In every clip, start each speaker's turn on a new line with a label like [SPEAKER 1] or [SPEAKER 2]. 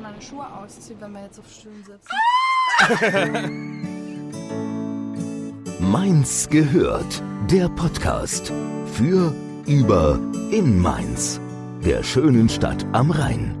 [SPEAKER 1] meine Schuhe ausziehe, wenn wir jetzt auf Stühlen sitzen.
[SPEAKER 2] Mainz gehört, der Podcast für, über, in Mainz, der schönen Stadt am Rhein.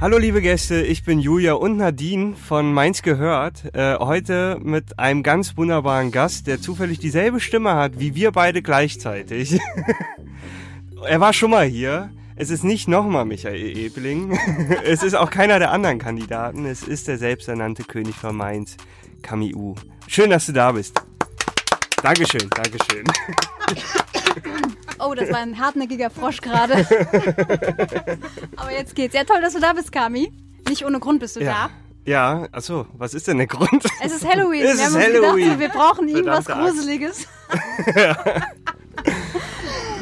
[SPEAKER 3] Hallo liebe Gäste, ich bin Julia und Nadine von Mainz gehört. Äh, heute mit einem ganz wunderbaren Gast, der zufällig dieselbe Stimme hat wie wir beide gleichzeitig. er war schon mal hier. Es ist nicht nochmal Michael Ebeling. es ist auch keiner der anderen Kandidaten. Es ist der selbsternannte König von Mainz, Kami U. Schön, dass du da bist. Dankeschön, Dankeschön.
[SPEAKER 4] Oh, das war ein hartnäckiger Frosch gerade. Aber jetzt geht's. Ja, toll, dass du da bist, Kami. Nicht ohne Grund bist du
[SPEAKER 3] Ja. Ja, achso, was ist denn der Grund?
[SPEAKER 4] da. Es ist Halloween.
[SPEAKER 3] Es
[SPEAKER 4] wir haben
[SPEAKER 3] ist
[SPEAKER 4] uns
[SPEAKER 3] Halloween.
[SPEAKER 4] gedacht, wir brauchen irgendwas
[SPEAKER 3] Verdammte Axt.
[SPEAKER 4] Gruseliges.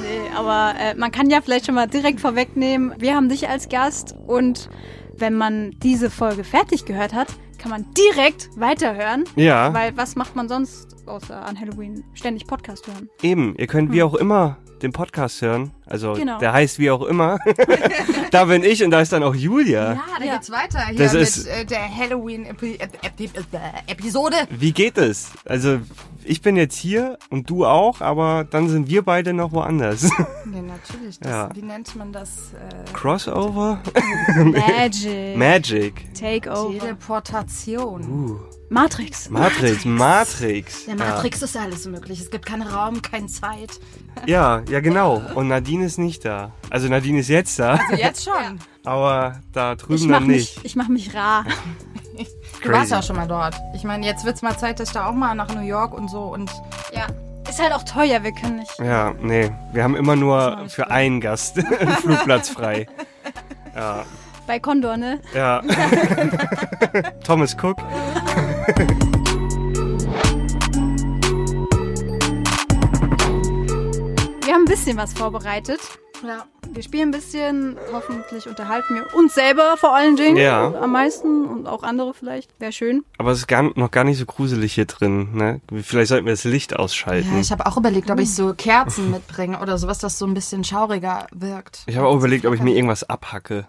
[SPEAKER 4] nee, aber äh, man kann ja vielleicht schon mal direkt vorwegnehmen, wir haben dich als Gast und wenn man diese Folge fertig gehört hat, kann man direkt weiterhören.
[SPEAKER 3] Ja.
[SPEAKER 4] Weil was macht man sonst außer an Halloween? Ständig Podcast hören.
[SPEAKER 3] Eben, ihr könnt wie auch immer den Podcast hören. Also
[SPEAKER 4] Genau.
[SPEAKER 3] der heißt wie auch immer. da bin ich und da ist dann auch Julia.
[SPEAKER 1] Ah, da
[SPEAKER 4] Ja.
[SPEAKER 1] geht's weiter hier
[SPEAKER 3] Das
[SPEAKER 1] mit
[SPEAKER 3] ist-
[SPEAKER 1] äh, der äh, Halloween-Episode.
[SPEAKER 3] Wie geht es? Also ich bin jetzt hier und du auch, aber dann sind wir beide noch woanders.
[SPEAKER 1] Nee, natürlich. Das,
[SPEAKER 3] Ja.
[SPEAKER 1] Wie nennt man das? Äh,
[SPEAKER 3] Crossover?
[SPEAKER 4] Magic.
[SPEAKER 3] Magic.
[SPEAKER 1] Oh.
[SPEAKER 4] Takeover.
[SPEAKER 1] Teleportation.
[SPEAKER 3] Uh,
[SPEAKER 4] Matrix.
[SPEAKER 3] Matrix, Matrix.
[SPEAKER 1] Der Matrix ist alles möglich. Es gibt keinen Raum, keine Zeit.
[SPEAKER 3] Ja, ja, genau. Und Nadine ist nicht da. Also Nadine ist jetzt da,
[SPEAKER 1] Also Jetzt schon.
[SPEAKER 3] aber da drüben
[SPEAKER 4] Ich mach,
[SPEAKER 3] dann
[SPEAKER 4] mich,
[SPEAKER 3] nicht.
[SPEAKER 4] ich mach mich rar.
[SPEAKER 1] Du warst ja auch schon mal dort. Ich meine, jetzt wird's mal Zeit, dass ich da auch mal nach New York und so und
[SPEAKER 4] Ja. Ist halt auch teuer, wir können nicht.
[SPEAKER 3] Ja, nee, wir haben immer nur
[SPEAKER 1] nicht
[SPEAKER 3] für einen Gast einen Flugplatz frei. Ja.
[SPEAKER 4] Bei Condor, ne?
[SPEAKER 3] Ja. Thomas Cook.
[SPEAKER 4] Wir haben ein bisschen was vorbereitet.
[SPEAKER 1] ja.
[SPEAKER 4] Wir spielen ein bisschen, hoffentlich unterhalten wir uns selber vor allen Dingen.
[SPEAKER 3] Ja.
[SPEAKER 4] Am meisten und auch andere vielleicht. Wäre schön.
[SPEAKER 3] Aber es ist gar, noch gar nicht so gruselig hier drin. Ne? Vielleicht sollten wir das Licht
[SPEAKER 1] Ja,
[SPEAKER 3] ausschalten.
[SPEAKER 1] ich habe auch überlegt, ob ich so Kerzen mitbringe oder sowas, das so ein bisschen schauriger wirkt.
[SPEAKER 3] ich habe auch überlegt, ob ich mir irgendwas abhacke.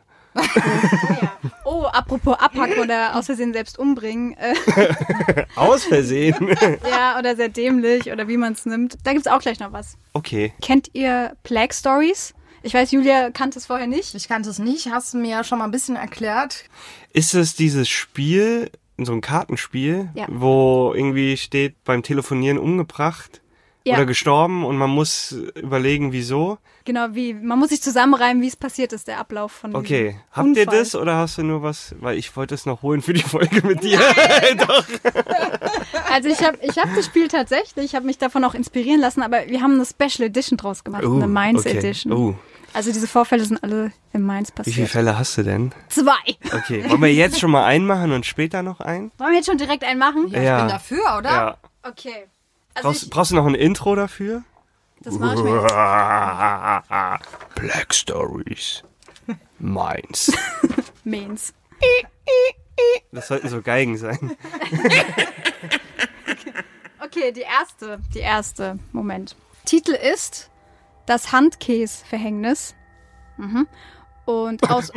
[SPEAKER 4] Oh, apropos abhacken oder aus Versehen selbst umbringen. Äh,
[SPEAKER 3] Aus Versehen.
[SPEAKER 4] ja, oder sehr dämlich oder wie man es nimmt. Da gibt's auch gleich noch was.
[SPEAKER 3] Okay.
[SPEAKER 4] Kennt ihr Plague Stories? Ich weiß, Julia kannte es vorher nicht.
[SPEAKER 1] Ich kannte es nicht, hast du mir ja schon mal ein bisschen erklärt.
[SPEAKER 3] Ist es dieses Spiel, so ein Kartenspiel,
[SPEAKER 4] Ja.
[SPEAKER 3] wo irgendwie steht, beim Telefonieren umgebracht
[SPEAKER 4] Ja.
[SPEAKER 3] oder gestorben und man muss überlegen, wieso?
[SPEAKER 4] Genau, wie man muss sich zusammenreimen, wie es passiert ist, der Ablauf von diesem
[SPEAKER 3] Okay. Habt ihr
[SPEAKER 4] Mhm. Unfall.
[SPEAKER 3] das oder hast du nur was? Weil ich wollte es noch holen für die Folge mit dir. Doch.
[SPEAKER 4] Also ich habe ich hab das Spiel tatsächlich, ich habe mich davon auch inspirieren lassen, aber wir haben eine Special Edition draus gemacht,
[SPEAKER 3] Oh,
[SPEAKER 4] eine Mainz
[SPEAKER 3] okay.
[SPEAKER 4] Edition.
[SPEAKER 3] Oh.
[SPEAKER 4] Also diese Vorfälle sind alle in Mainz
[SPEAKER 3] Wie viele
[SPEAKER 4] passiert.
[SPEAKER 3] Fälle hast du denn?
[SPEAKER 4] Zwei.
[SPEAKER 3] Okay, wollen wir jetzt schon mal einen machen und später noch einen?
[SPEAKER 4] Wollen wir jetzt schon direkt einen machen?
[SPEAKER 1] Ja,
[SPEAKER 3] Ja.
[SPEAKER 1] Ich bin dafür,
[SPEAKER 4] Ah.
[SPEAKER 1] oder?
[SPEAKER 4] Okay. Also
[SPEAKER 3] Brauchst,
[SPEAKER 4] ich,
[SPEAKER 3] brauchst du noch ein Intro dafür?
[SPEAKER 4] das mache ich mir jetzt.
[SPEAKER 3] Black Stories. Meins.
[SPEAKER 4] Mainz.
[SPEAKER 3] Das sollten so Geigen sein.
[SPEAKER 4] Okay, die erste. Die erste. Moment. Titel ist Das Handkäsverhängnis. Mhm. Und aus,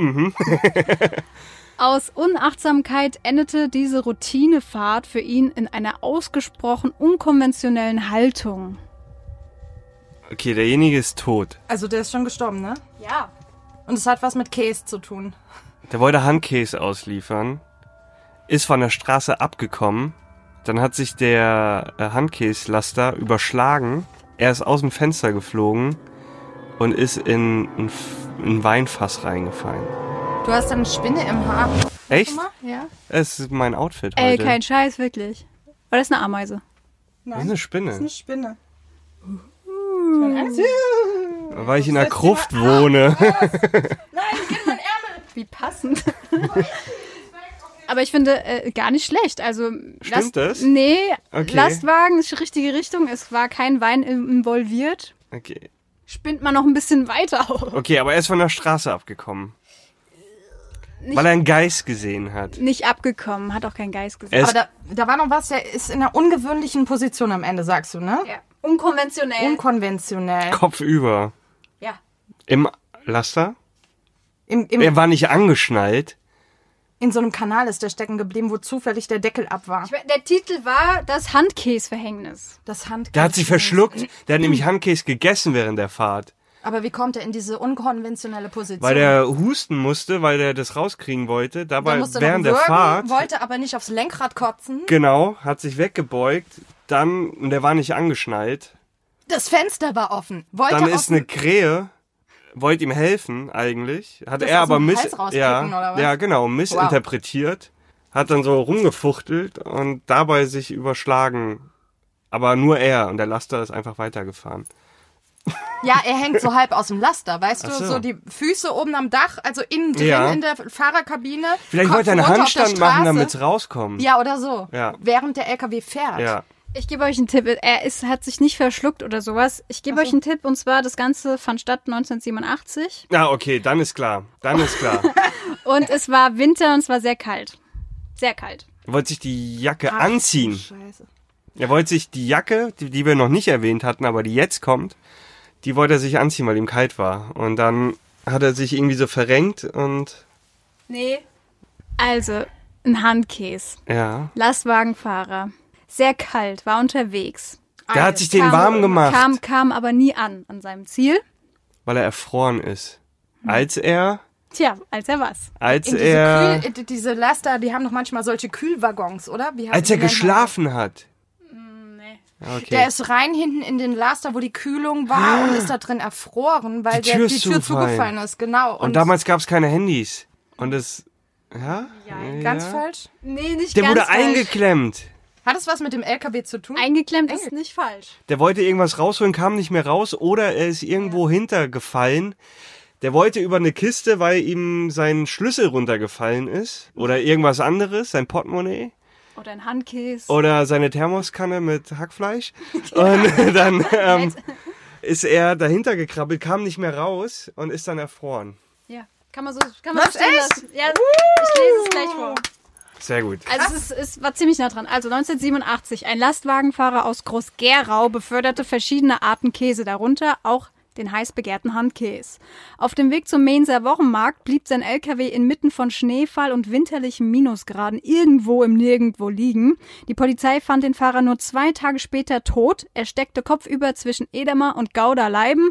[SPEAKER 4] aus Unachtsamkeit endete diese Routinefahrt für ihn in einer ausgesprochen unkonventionellen Haltung.
[SPEAKER 3] Okay, derjenige ist tot.
[SPEAKER 1] Also der ist schon gestorben, ne?
[SPEAKER 4] Ja.
[SPEAKER 1] Und es hat was mit Käse zu tun.
[SPEAKER 3] Der wollte Handkäse ausliefern, ist von der Straße abgekommen, dann hat sich der äh, Handkäslaster überschlagen, er ist aus dem Fenster geflogen und ist in ein, F- ein Weinfass reingefallen.
[SPEAKER 1] Du hast eine Spinne im Haar.
[SPEAKER 3] Echt?
[SPEAKER 1] Guck mal, Ja.
[SPEAKER 3] Es ist mein Outfit heute.
[SPEAKER 4] Ey, kein Scheiß, wirklich. Oder ist eine Ameise?
[SPEAKER 3] Das ist eine Spinne.
[SPEAKER 1] Spinne.
[SPEAKER 3] Weil ich in einer Gruft wohne.
[SPEAKER 4] Wie passend. Aber ich finde, äh, gar nicht schlecht. Also, Last-
[SPEAKER 3] das?
[SPEAKER 4] Nee,
[SPEAKER 3] Okay.
[SPEAKER 4] Lastwagen ist die richtige Richtung. Es war kein Wein im- involviert.
[SPEAKER 3] Okay.
[SPEAKER 4] Spinnt man noch ein bisschen weiter.
[SPEAKER 3] okay, aber er ist von der Straße abgekommen. weil er einen Geist gesehen hat.
[SPEAKER 4] Nicht abgekommen, hat auch kein Geist gesehen.
[SPEAKER 3] Es-
[SPEAKER 1] Aber da, da war noch was, der ist in einer ungewöhnlichen Position am Ende, sagst du, ne?
[SPEAKER 4] ja. Unkonventionell.
[SPEAKER 1] Unkonventionell.
[SPEAKER 3] Kopf über.
[SPEAKER 4] ja.
[SPEAKER 3] Im Laster?
[SPEAKER 1] Im,
[SPEAKER 3] Er
[SPEAKER 1] im,
[SPEAKER 3] war nicht angeschnallt.
[SPEAKER 1] in so einem Kanal ist der stecken geblieben, wo zufällig der Deckel ab war.
[SPEAKER 4] Ich mein, Der Titel war Das Handkäsverhängnis.
[SPEAKER 1] Das Hand.
[SPEAKER 3] Der hat sich verschluckt. Der hat nämlich Handkäse gegessen während der Fahrt.
[SPEAKER 1] Aber wie kommt er in diese unkonventionelle Position?
[SPEAKER 3] Weil der husten musste, weil der das rauskriegen wollte.
[SPEAKER 1] Der
[SPEAKER 3] Dabei
[SPEAKER 1] musste
[SPEAKER 3] während
[SPEAKER 1] noch
[SPEAKER 3] der
[SPEAKER 1] würgen,
[SPEAKER 3] Fahrt.
[SPEAKER 1] wollte aber nicht aufs Lenkrad kotzen.
[SPEAKER 3] Genau, hat sich weggebeugt. Dann, und der war nicht angeschnallt.
[SPEAKER 1] Das Fenster war offen. Wollte
[SPEAKER 3] Dann
[SPEAKER 1] aus
[SPEAKER 3] ist eine Krähe, wollte ihm helfen eigentlich, hat er
[SPEAKER 1] aus
[SPEAKER 3] aber
[SPEAKER 1] dem
[SPEAKER 3] miss
[SPEAKER 1] Hals rauspicken,
[SPEAKER 3] ja,
[SPEAKER 1] oder was?
[SPEAKER 3] ja genau missinterpretiert, hat dann so rumgefuchtelt und dabei sich überschlagen. Aber nur er und der Laster ist einfach weitergefahren.
[SPEAKER 1] Ja, er hängt so halb aus dem Laster, weißt du?
[SPEAKER 3] Ach
[SPEAKER 1] So.
[SPEAKER 3] so.
[SPEAKER 1] die Füße oben am Dach, also innen drin
[SPEAKER 3] Ja.
[SPEAKER 1] in der Fahrerkabine.
[SPEAKER 3] Vielleicht
[SPEAKER 1] Kopf
[SPEAKER 3] wollte er einen
[SPEAKER 1] runter auf der
[SPEAKER 3] Handstand machen,
[SPEAKER 1] Straße.
[SPEAKER 3] damit es rauskommt.
[SPEAKER 1] Ja, oder so.
[SPEAKER 3] Ja.
[SPEAKER 1] Während der LKW fährt.
[SPEAKER 3] ja.
[SPEAKER 4] Ich gebe euch einen Tipp. Er ist, hat sich nicht verschluckt oder sowas. Ich gebe euch einen Tipp und zwar, das Ganze fand statt 1987
[SPEAKER 3] Na, okay, dann ist klar. Dann ist klar.
[SPEAKER 4] und es war Winter und es war sehr kalt. Sehr kalt.
[SPEAKER 3] Er wollte sich die Jacke
[SPEAKER 1] Ach,
[SPEAKER 3] anziehen.
[SPEAKER 1] Scheiße.
[SPEAKER 3] Er wollte sich die Jacke, die, die wir noch nicht erwähnt hatten, aber die jetzt kommt, die wollte er sich anziehen, weil ihm kalt war. Und dann hat er sich irgendwie so verrenkt und
[SPEAKER 4] Nee. Also, ein Handkäse.
[SPEAKER 3] ja.
[SPEAKER 4] Lastwagenfahrer. Sehr kalt, war unterwegs.
[SPEAKER 3] Der hat
[SPEAKER 1] Alter,
[SPEAKER 3] sich den warm gemacht,
[SPEAKER 4] Kam, kam aber nie an, an seinem Ziel.
[SPEAKER 3] weil er erfroren ist. Als er,
[SPEAKER 4] Tja, als er was.
[SPEAKER 3] als
[SPEAKER 1] Hm. In diese,
[SPEAKER 3] er,
[SPEAKER 1] Kühl, äh, diese Laster, die haben doch manchmal solche Kühlwaggons, oder? Wie heißen
[SPEAKER 3] als er
[SPEAKER 1] die denn?
[SPEAKER 3] geschlafen hat.
[SPEAKER 1] Der
[SPEAKER 3] Okay.
[SPEAKER 1] Hm,
[SPEAKER 3] Ah.
[SPEAKER 1] ist rein hinten in den Laster, wo die Kühlung war und ist da drin erfroren, weil
[SPEAKER 3] Die
[SPEAKER 1] der,
[SPEAKER 3] Tür
[SPEAKER 1] die
[SPEAKER 3] ist
[SPEAKER 1] Tür
[SPEAKER 3] zugefallen.
[SPEAKER 1] zugefallen ist. Genau.
[SPEAKER 3] Und damals gab es keine Handys. Und es, ja?
[SPEAKER 1] ganz
[SPEAKER 3] ja.
[SPEAKER 1] falsch.
[SPEAKER 4] Nee, nicht
[SPEAKER 3] Der wurde
[SPEAKER 4] falsch.
[SPEAKER 3] eingeklemmt.
[SPEAKER 1] Hat es was mit dem LKW zu tun?
[SPEAKER 4] Eingeklemmt ist nicht falsch.
[SPEAKER 3] Der wollte irgendwas rausholen, kam nicht mehr raus oder er ist irgendwo hintergefallen. Der wollte über eine Kiste, weil ihm sein Schlüssel runtergefallen ist oder irgendwas anderes, sein Portemonnaie
[SPEAKER 4] Oder ein Handkäse.
[SPEAKER 3] oder seine Thermoskanne mit Hackfleisch. Und dann ähm, ist er dahinter gekrabbelt, kam nicht mehr raus und ist dann erfroren.
[SPEAKER 4] Ja, kann man so, kann man
[SPEAKER 1] Was,
[SPEAKER 4] so stehen
[SPEAKER 1] echt?
[SPEAKER 4] lassen. Ja, ich lese es gleich vor.
[SPEAKER 3] Sehr gut.
[SPEAKER 4] Also es, ist, es war ziemlich nah dran. Also 1987, ein Lastwagenfahrer aus Groß-Gerau beförderte verschiedene Arten Käse, darunter auch den heiß begehrten Handkäse. Auf dem Weg zum Mainzer Wochenmarkt blieb sein LKW inmitten von Schneefall und winterlichen Minusgraden irgendwo im Nirgendwo liegen. Die Polizei fand den Fahrer nur zwei Tage später tot. Er steckte kopfüber zwischen Edamer und Gouda-Leiben.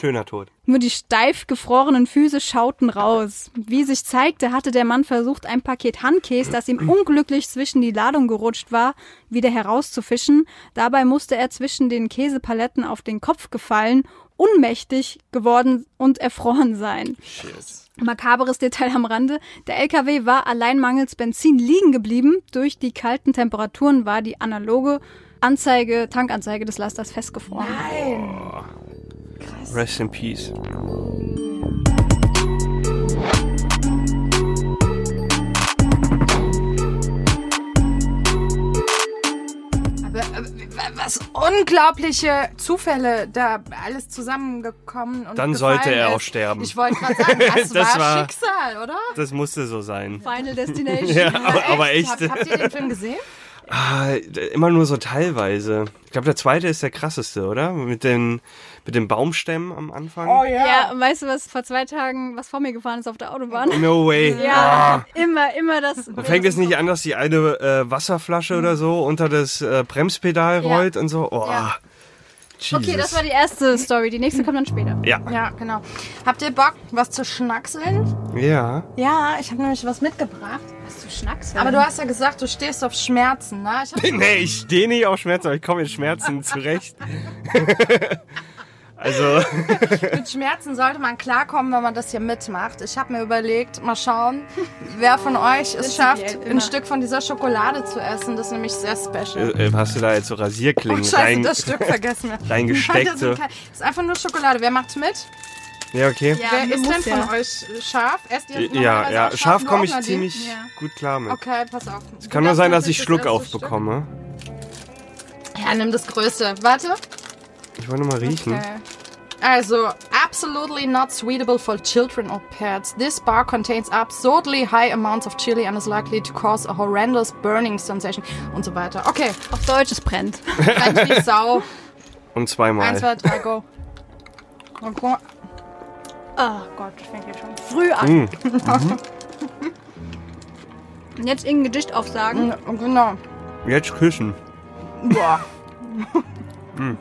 [SPEAKER 3] Schöner Tod.
[SPEAKER 4] Nur die steif gefrorenen Füße schauten raus. Wie sich zeigte, hatte der Mann versucht, ein Paket Handkäse, das ihm unglücklich zwischen die Ladung gerutscht war, wieder herauszufischen. Dabei musste er zwischen den Käsepaletten auf den Kopf gefallen, unmächtig geworden und erfroren sein. Makaberes Detail am Rande. Der LKW war allein mangels Benzin liegen geblieben. Durch die kalten Temperaturen war die analoge Anzeige, Tankanzeige des Lasters festgefroren.
[SPEAKER 3] Rest in peace.
[SPEAKER 1] Aber, äh, w- was unglaubliche Zufälle da alles zusammengekommen und
[SPEAKER 3] Dann
[SPEAKER 1] gefallen
[SPEAKER 3] sollte er
[SPEAKER 1] ist.
[SPEAKER 3] auch sterben.
[SPEAKER 1] Ich wollte gerade sagen, das,
[SPEAKER 3] Das
[SPEAKER 1] war,
[SPEAKER 3] war-
[SPEAKER 1] Schicksal, oder?
[SPEAKER 3] Das musste so sein.
[SPEAKER 4] Final Destination.
[SPEAKER 3] Ja, aber, aber echt.
[SPEAKER 1] Habt, habt ihr den Film gesehen?
[SPEAKER 3] Ah, immer nur so teilweise. Ich glaube, der zweite ist der krasseste, oder? Mit den, mit den Baumstämmen am Anfang.
[SPEAKER 1] Oh,
[SPEAKER 4] Ja, und weißt du, was vor zwei Tagen, was vor mir gefahren ist auf der Autobahn?
[SPEAKER 3] No way.
[SPEAKER 4] Ja, immer, immer das.
[SPEAKER 3] Ah. Fängt es nicht an, dass die eine äh, Wasserflasche oder so unter das äh, Bremspedal
[SPEAKER 4] Ja.
[SPEAKER 3] rollt und so? Oh.
[SPEAKER 1] Ja.
[SPEAKER 3] Jesus.
[SPEAKER 4] Okay, das war die erste Story. Die nächste kommt dann später.
[SPEAKER 3] ja.
[SPEAKER 1] Ja, genau. Habt ihr Bock, was zu schnackseln?
[SPEAKER 3] ja.
[SPEAKER 1] Ja, ich habe nämlich was mitgebracht.
[SPEAKER 4] Was du schnackst.
[SPEAKER 1] Aber du hast ja gesagt, du stehst auf Schmerzen, ne? Ich hab,
[SPEAKER 3] Nee, ich stehe nicht auf Schmerzen, aber ich komme mit Schmerzen zurecht. also,
[SPEAKER 1] mit Schmerzen sollte man klarkommen, wenn man das hier mitmacht. Ich habe mir überlegt, mal schauen, wer von euch es schafft,
[SPEAKER 4] Prinzipiell immer.
[SPEAKER 1] ein Stück von dieser Schokolade zu essen. Das ist nämlich sehr special.
[SPEAKER 3] äh, hast du da jetzt so
[SPEAKER 1] Oh,
[SPEAKER 3] Rasierklingen
[SPEAKER 1] scheiße,
[SPEAKER 3] rein,
[SPEAKER 1] das Stück vergessen wir.
[SPEAKER 3] reingesteckt?
[SPEAKER 1] Das sind
[SPEAKER 3] So.
[SPEAKER 1] kein- das ist einfach nur Schokolade. Wer macht's mit?
[SPEAKER 3] Ja, okay.
[SPEAKER 4] Ja,
[SPEAKER 1] Wer
[SPEAKER 4] wir
[SPEAKER 1] ist denn
[SPEAKER 4] muss
[SPEAKER 1] von
[SPEAKER 4] ja.
[SPEAKER 1] euch äh, scharf? Esst ihr
[SPEAKER 3] Ja,
[SPEAKER 1] normalerweise
[SPEAKER 3] ja,
[SPEAKER 1] auch
[SPEAKER 3] scharf
[SPEAKER 1] nur
[SPEAKER 3] komme ich
[SPEAKER 1] Nadine?
[SPEAKER 3] ziemlich
[SPEAKER 4] Ja.
[SPEAKER 3] gut klar mit.
[SPEAKER 1] Okay, pass auf. Es
[SPEAKER 3] Kann nur sein, dass ich Schluck aufbekomme.
[SPEAKER 1] Ja, nimm das Größte. Warte.
[SPEAKER 3] Ich wollte noch mal riechen.
[SPEAKER 1] Okay. Also, absolutely not suitable for children or pets. This bar contains absurdly high amounts of chili and is likely to cause a horrendous burning sensation und so weiter. Okay,
[SPEAKER 4] Auf Deutsch, es brennt.
[SPEAKER 1] brennt wie Sau.
[SPEAKER 3] Und zweimal.
[SPEAKER 1] Eins, zwei, drei, go. Und go.
[SPEAKER 4] Oh Gott, das fängt jetzt schon früh an. Und Mhm. jetzt irgendein Gedicht aufsagen.
[SPEAKER 1] Und Genau.
[SPEAKER 3] Jetzt küssen.
[SPEAKER 1] Boah.
[SPEAKER 3] Hm.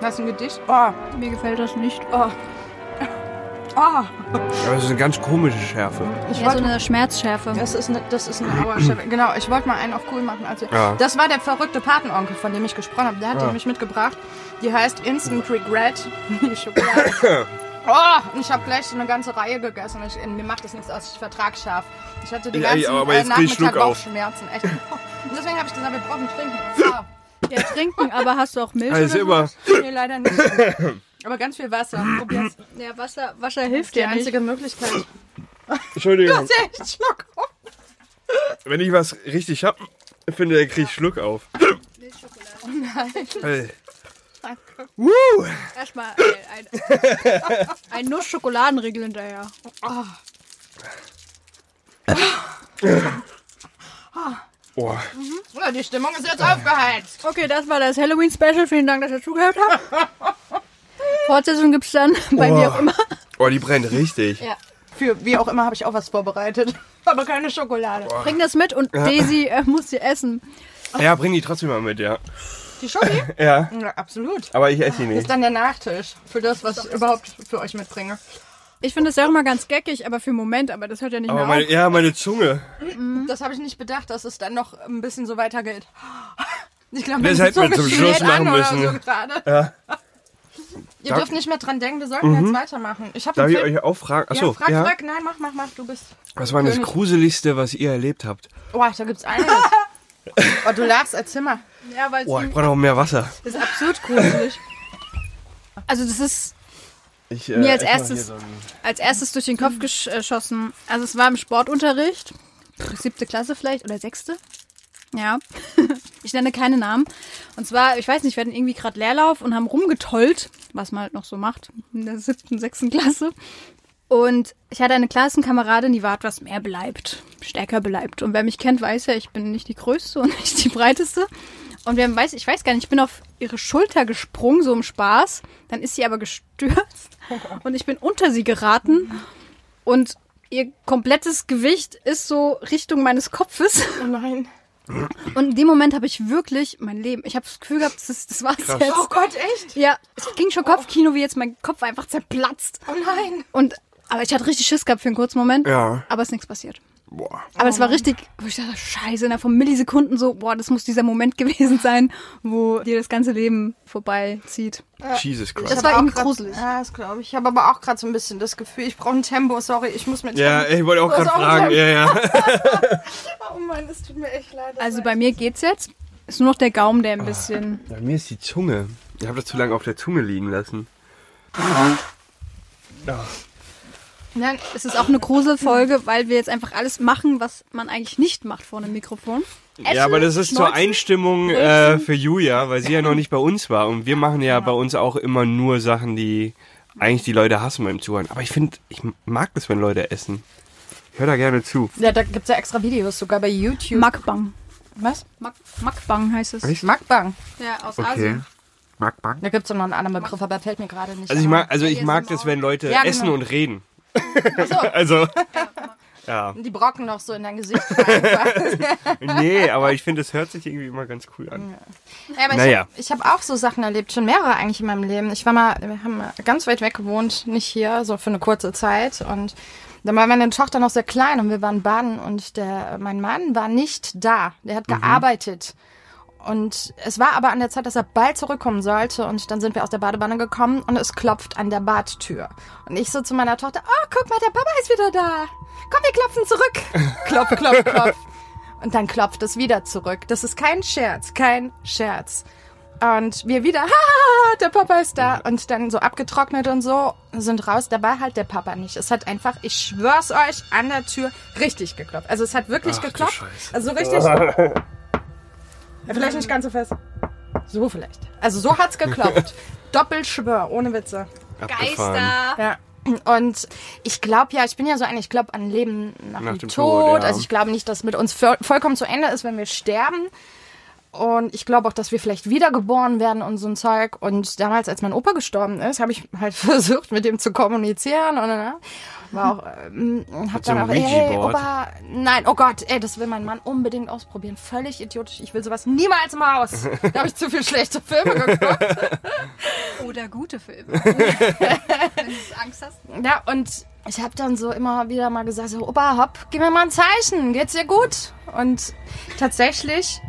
[SPEAKER 1] Das ist ein Gedicht. Oh.
[SPEAKER 4] Mir gefällt das nicht.
[SPEAKER 1] Oh. Oh.
[SPEAKER 3] Aber das ist eine ganz komische Schärfe.
[SPEAKER 1] Ich
[SPEAKER 4] Ja, so
[SPEAKER 1] wollte
[SPEAKER 4] eine Schmerzschärfe.
[SPEAKER 1] Das ist eine, das ist eine Auerschelle. Genau, ich wollte mal einen auf cool machen. Also,
[SPEAKER 3] Ja.
[SPEAKER 1] Das war der verrückte Patenonkel, von dem ich gesprochen habe. Der hat die mich mitgebracht. Die heißt Instant Regret. Die Schokolade. Oh, und ich habe gleich so eine ganze Reihe gegessen. Ich, mir macht das nichts aus. Ich vertrag scharf. Ich hatte den
[SPEAKER 3] Ja,
[SPEAKER 1] ganzen
[SPEAKER 3] ja, aber jetzt
[SPEAKER 1] äh,
[SPEAKER 3] krieg ich Schluck
[SPEAKER 1] Nachmittag
[SPEAKER 3] auf.
[SPEAKER 1] Bauchschmerzen. Echt. Und deswegen habe ich gesagt, wir brauchen Trinken. So.
[SPEAKER 4] Ja, trinken, aber hast du auch Milch?
[SPEAKER 3] Also
[SPEAKER 4] oder
[SPEAKER 3] immer.
[SPEAKER 1] Nee, leider nicht. Aber ganz viel Wasser. Probier's.
[SPEAKER 4] so? Ja, Wasser, Wasser hilft
[SPEAKER 1] Die
[SPEAKER 4] ja nicht.
[SPEAKER 1] einzige Möglichkeit.
[SPEAKER 3] Entschuldigung,
[SPEAKER 1] Echt Schluck auf.
[SPEAKER 3] wenn ich was richtig hab, finde, dann krieg ich Schluck auf. Nein. Woo!
[SPEAKER 4] Erstmal ein, ein Nuss-Schokoladenriegel hinterher.
[SPEAKER 3] Boah.
[SPEAKER 1] Ja, die Stimmung ist jetzt aufgeheizt.
[SPEAKER 4] Okay, das war das Halloween-Special. Vielen Dank, dass ihr zugehört habt. Fortsetzung gibt's dann bei mir auch immer.
[SPEAKER 3] Oh, die brennt richtig.
[SPEAKER 1] Für wie auch immer habe ich auch was vorbereitet. Aber keine Schokolade.
[SPEAKER 4] Bring das mit und Daisy äh, muss sie essen.
[SPEAKER 3] Ja, bring die trotzdem mal mit, ja.
[SPEAKER 1] Die Schoki?
[SPEAKER 3] Ja,
[SPEAKER 1] ja, absolut.
[SPEAKER 3] aber ich esse die
[SPEAKER 1] Das ist
[SPEAKER 3] nicht.
[SPEAKER 1] dann der Nachtisch für das, was ich überhaupt für euch mitbringe.
[SPEAKER 4] Ich finde das ja auch immer ganz geckig, aber für einen Moment, aber das hört ja nicht
[SPEAKER 3] Aber
[SPEAKER 4] mehr
[SPEAKER 3] meine,
[SPEAKER 4] auf.
[SPEAKER 3] ja, meine Zunge.
[SPEAKER 1] Mhm. Das habe ich nicht bedacht, dass es dann noch ein bisschen so weitergeht. Ich glaube,
[SPEAKER 3] Das
[SPEAKER 1] das
[SPEAKER 3] hätten wir zum Schluss machen müssen.
[SPEAKER 1] Oder so gerade. Ihr
[SPEAKER 3] Darf-
[SPEAKER 1] dürft nicht mehr dran denken, wir sollten jetzt weitermachen. Ich habe
[SPEAKER 3] Darf
[SPEAKER 1] einen
[SPEAKER 3] Mhm. ich
[SPEAKER 1] Film.
[SPEAKER 3] euch auch fragen?
[SPEAKER 1] ja,
[SPEAKER 3] Achso,
[SPEAKER 1] frag,
[SPEAKER 3] ja.
[SPEAKER 1] frag. Nein, mach, mach, mach. Du bist...
[SPEAKER 3] Was war denn das
[SPEAKER 1] König.
[SPEAKER 3] Gruseligste, was ihr erlebt habt?
[SPEAKER 1] Boah, da gibt's einiges. oh, du lachst, erzähl mal.
[SPEAKER 4] Ja, weil
[SPEAKER 3] Boah, ich brauche noch mehr Wasser.
[SPEAKER 4] Das ist absurd gruselig. Also das ist
[SPEAKER 3] Ich, äh,
[SPEAKER 4] mir als
[SPEAKER 3] ess mal
[SPEAKER 4] erstes,
[SPEAKER 3] hier so ein-
[SPEAKER 4] als erstes durch den Kopf gesch- äh, geschossen. Also es war im Sportunterricht, pff, siebte Klasse vielleicht oder sechste. Ja, ich nenne keine Namen. Und zwar, ich weiß nicht, wir hatten irgendwie gerade Leerlauf und haben rumgetollt, was man halt noch so macht in der siebten, sechsten Klasse. Und ich hatte eine Klassenkameradin, die war etwas mehr beleibt, stärker beleibt. Und wer mich kennt, weiß ja, ich bin nicht die Größte und nicht die Breiteste. Und wer weiß, ich weiß gar nicht, ich bin auf ihre Schulter gesprungen, so im Spaß. Dann ist sie aber gestürzt und ich bin unter sie geraten. Und ihr komplettes Gewicht ist so Richtung meines Kopfes.
[SPEAKER 1] Oh nein.
[SPEAKER 4] Und in dem Moment habe ich wirklich mein Leben, ich habe das Gefühl gehabt, das, das war's
[SPEAKER 1] Oh
[SPEAKER 4] jetzt.
[SPEAKER 1] Gott, echt?
[SPEAKER 4] Ja, es ging schon Kopfkino, wie jetzt mein Kopf einfach zerplatzt.
[SPEAKER 1] Oh nein.
[SPEAKER 4] Und aber ich hatte richtig Schiss gehabt für einen kurzen Moment.
[SPEAKER 3] Ja.
[SPEAKER 4] Aber es ist nichts passiert.
[SPEAKER 3] Boah.
[SPEAKER 4] Aber es war richtig, wo ich dachte, scheiße, innerhalb von Millisekunden so, boah, das muss dieser Moment gewesen sein, wo dir das ganze Leben vorbeizieht.
[SPEAKER 3] Jesus Christ.
[SPEAKER 4] Das
[SPEAKER 1] Ich
[SPEAKER 4] war
[SPEAKER 1] hab auch
[SPEAKER 4] irgendwie
[SPEAKER 1] grad-
[SPEAKER 4] gruselig.
[SPEAKER 1] Ja, das glaube ich. Ich habe aber auch gerade so ein bisschen das Gefühl, ich brauche ein Tempo. Sorry, ich muss mit.
[SPEAKER 3] Ja, ich wollte auch
[SPEAKER 1] Das
[SPEAKER 3] gerade
[SPEAKER 1] ist auch
[SPEAKER 3] fragen.
[SPEAKER 1] ein-
[SPEAKER 3] Ja, ja.
[SPEAKER 1] Oh Mann, es tut mir echt leid.
[SPEAKER 4] Also bei mir geht's jetzt. Ist nur noch der Gaumen, der ein bisschen.
[SPEAKER 3] Bei mir ist die Zunge. Ich habe das zu lange auf der Zunge liegen lassen.
[SPEAKER 1] Nein,
[SPEAKER 4] Es ist auch eine Gruselfolge, weil wir jetzt einfach alles machen, was man eigentlich nicht macht vor einem Mikrofon.
[SPEAKER 3] ja, aber das ist zur
[SPEAKER 4] schneuzen,
[SPEAKER 3] Einstimmung äh, für Julia, weil sie ja noch nicht bei uns war. Und wir machen ja bei uns auch immer nur Sachen, die eigentlich die Leute hassen beim Zuhören. Aber ich finde, ich mag das, wenn Leute essen. Ich höre da gerne zu.
[SPEAKER 1] ja, da gibt es ja extra Videos, sogar bei YouTube.
[SPEAKER 4] Makbang.
[SPEAKER 1] Was?
[SPEAKER 4] Mak Makbang heißt es.
[SPEAKER 1] Magbang.
[SPEAKER 4] Ja, aus Asien.
[SPEAKER 3] Mag, mag.
[SPEAKER 1] Da gibt es noch einen anderen Begriff, aber fällt mir gerade nicht
[SPEAKER 3] Also ich
[SPEAKER 1] ein.
[SPEAKER 3] mag, also ich
[SPEAKER 4] Hier
[SPEAKER 3] mag
[SPEAKER 4] ist im
[SPEAKER 3] das, wenn Leute
[SPEAKER 1] Ja, genau.
[SPEAKER 3] essen und reden. also, ja.
[SPEAKER 1] Die brocken noch so in dein Gesicht. rein.
[SPEAKER 3] Nee, aber ich finde, es hört sich irgendwie immer ganz cool an.
[SPEAKER 1] Ja, aber
[SPEAKER 3] Naja.
[SPEAKER 1] ich habe hab auch so Sachen erlebt, schon mehrere eigentlich in meinem Leben. Ich war mal, wir haben mal ganz weit weg gewohnt, nicht hier, so für eine kurze Zeit. Und dann war meine Tochter noch sehr klein und wir waren baden und der, mein Mann war nicht da. Der hat gearbeitet. Und es war aber an der Zeit, dass er bald zurückkommen sollte. Und dann sind wir aus der Badewanne gekommen und es klopft an der Badtür. Und ich so zu meiner Tochter, oh, guck mal, der Papa ist wieder da. Komm, wir klopfen zurück. Klopf, klopf, klopf. Und dann klopft es wieder zurück. Das ist kein Scherz, kein Scherz. Und wir wieder, ha, der Papa ist da.
[SPEAKER 3] Mhm.
[SPEAKER 1] Und dann so abgetrocknet und so sind raus. Da war halt der Papa nicht. Es hat einfach, ich schwör's euch, an der Tür richtig geklopft. Also es hat wirklich
[SPEAKER 3] Ach, du
[SPEAKER 1] geklopft.
[SPEAKER 3] Scheiße.
[SPEAKER 1] Also so richtig. ja, vielleicht nicht ganz so fest. So vielleicht. Also so hat's geklopft. Doppelschwör, ohne Witze.
[SPEAKER 3] Abgefahren.
[SPEAKER 1] Ja. Und ich glaube ja, ich bin ja so ein, ich glaube an Leben nach, dem, Tod.
[SPEAKER 3] ja.
[SPEAKER 1] Also ich glaube nicht, dass mit uns vo- vollkommen zu Ende ist, wenn wir sterben. Und ich glaube auch, dass wir vielleicht wiedergeboren werden und so ein Zeug. Und damals, als mein Opa gestorben ist, habe ich halt versucht, mit dem zu kommunizieren. Und dann war auch, ähm, hab
[SPEAKER 3] Mit so
[SPEAKER 1] dann auch,
[SPEAKER 3] einem
[SPEAKER 1] ey,
[SPEAKER 3] Ouija-Board."
[SPEAKER 1] Opa, nein, oh Gott, ey, das will mein Mann unbedingt ausprobieren. Völlig idiotisch. Ich will sowas niemals im Haus. Da habe ich zu viel schlechte Filme geguckt.
[SPEAKER 4] Oder gute Filme. Wenn du Angst hast.
[SPEAKER 1] Ja, und ich habe dann so immer wieder mal gesagt, so, Opa, hopp, gib mir mal ein Zeichen, geht's dir gut? Und tatsächlich,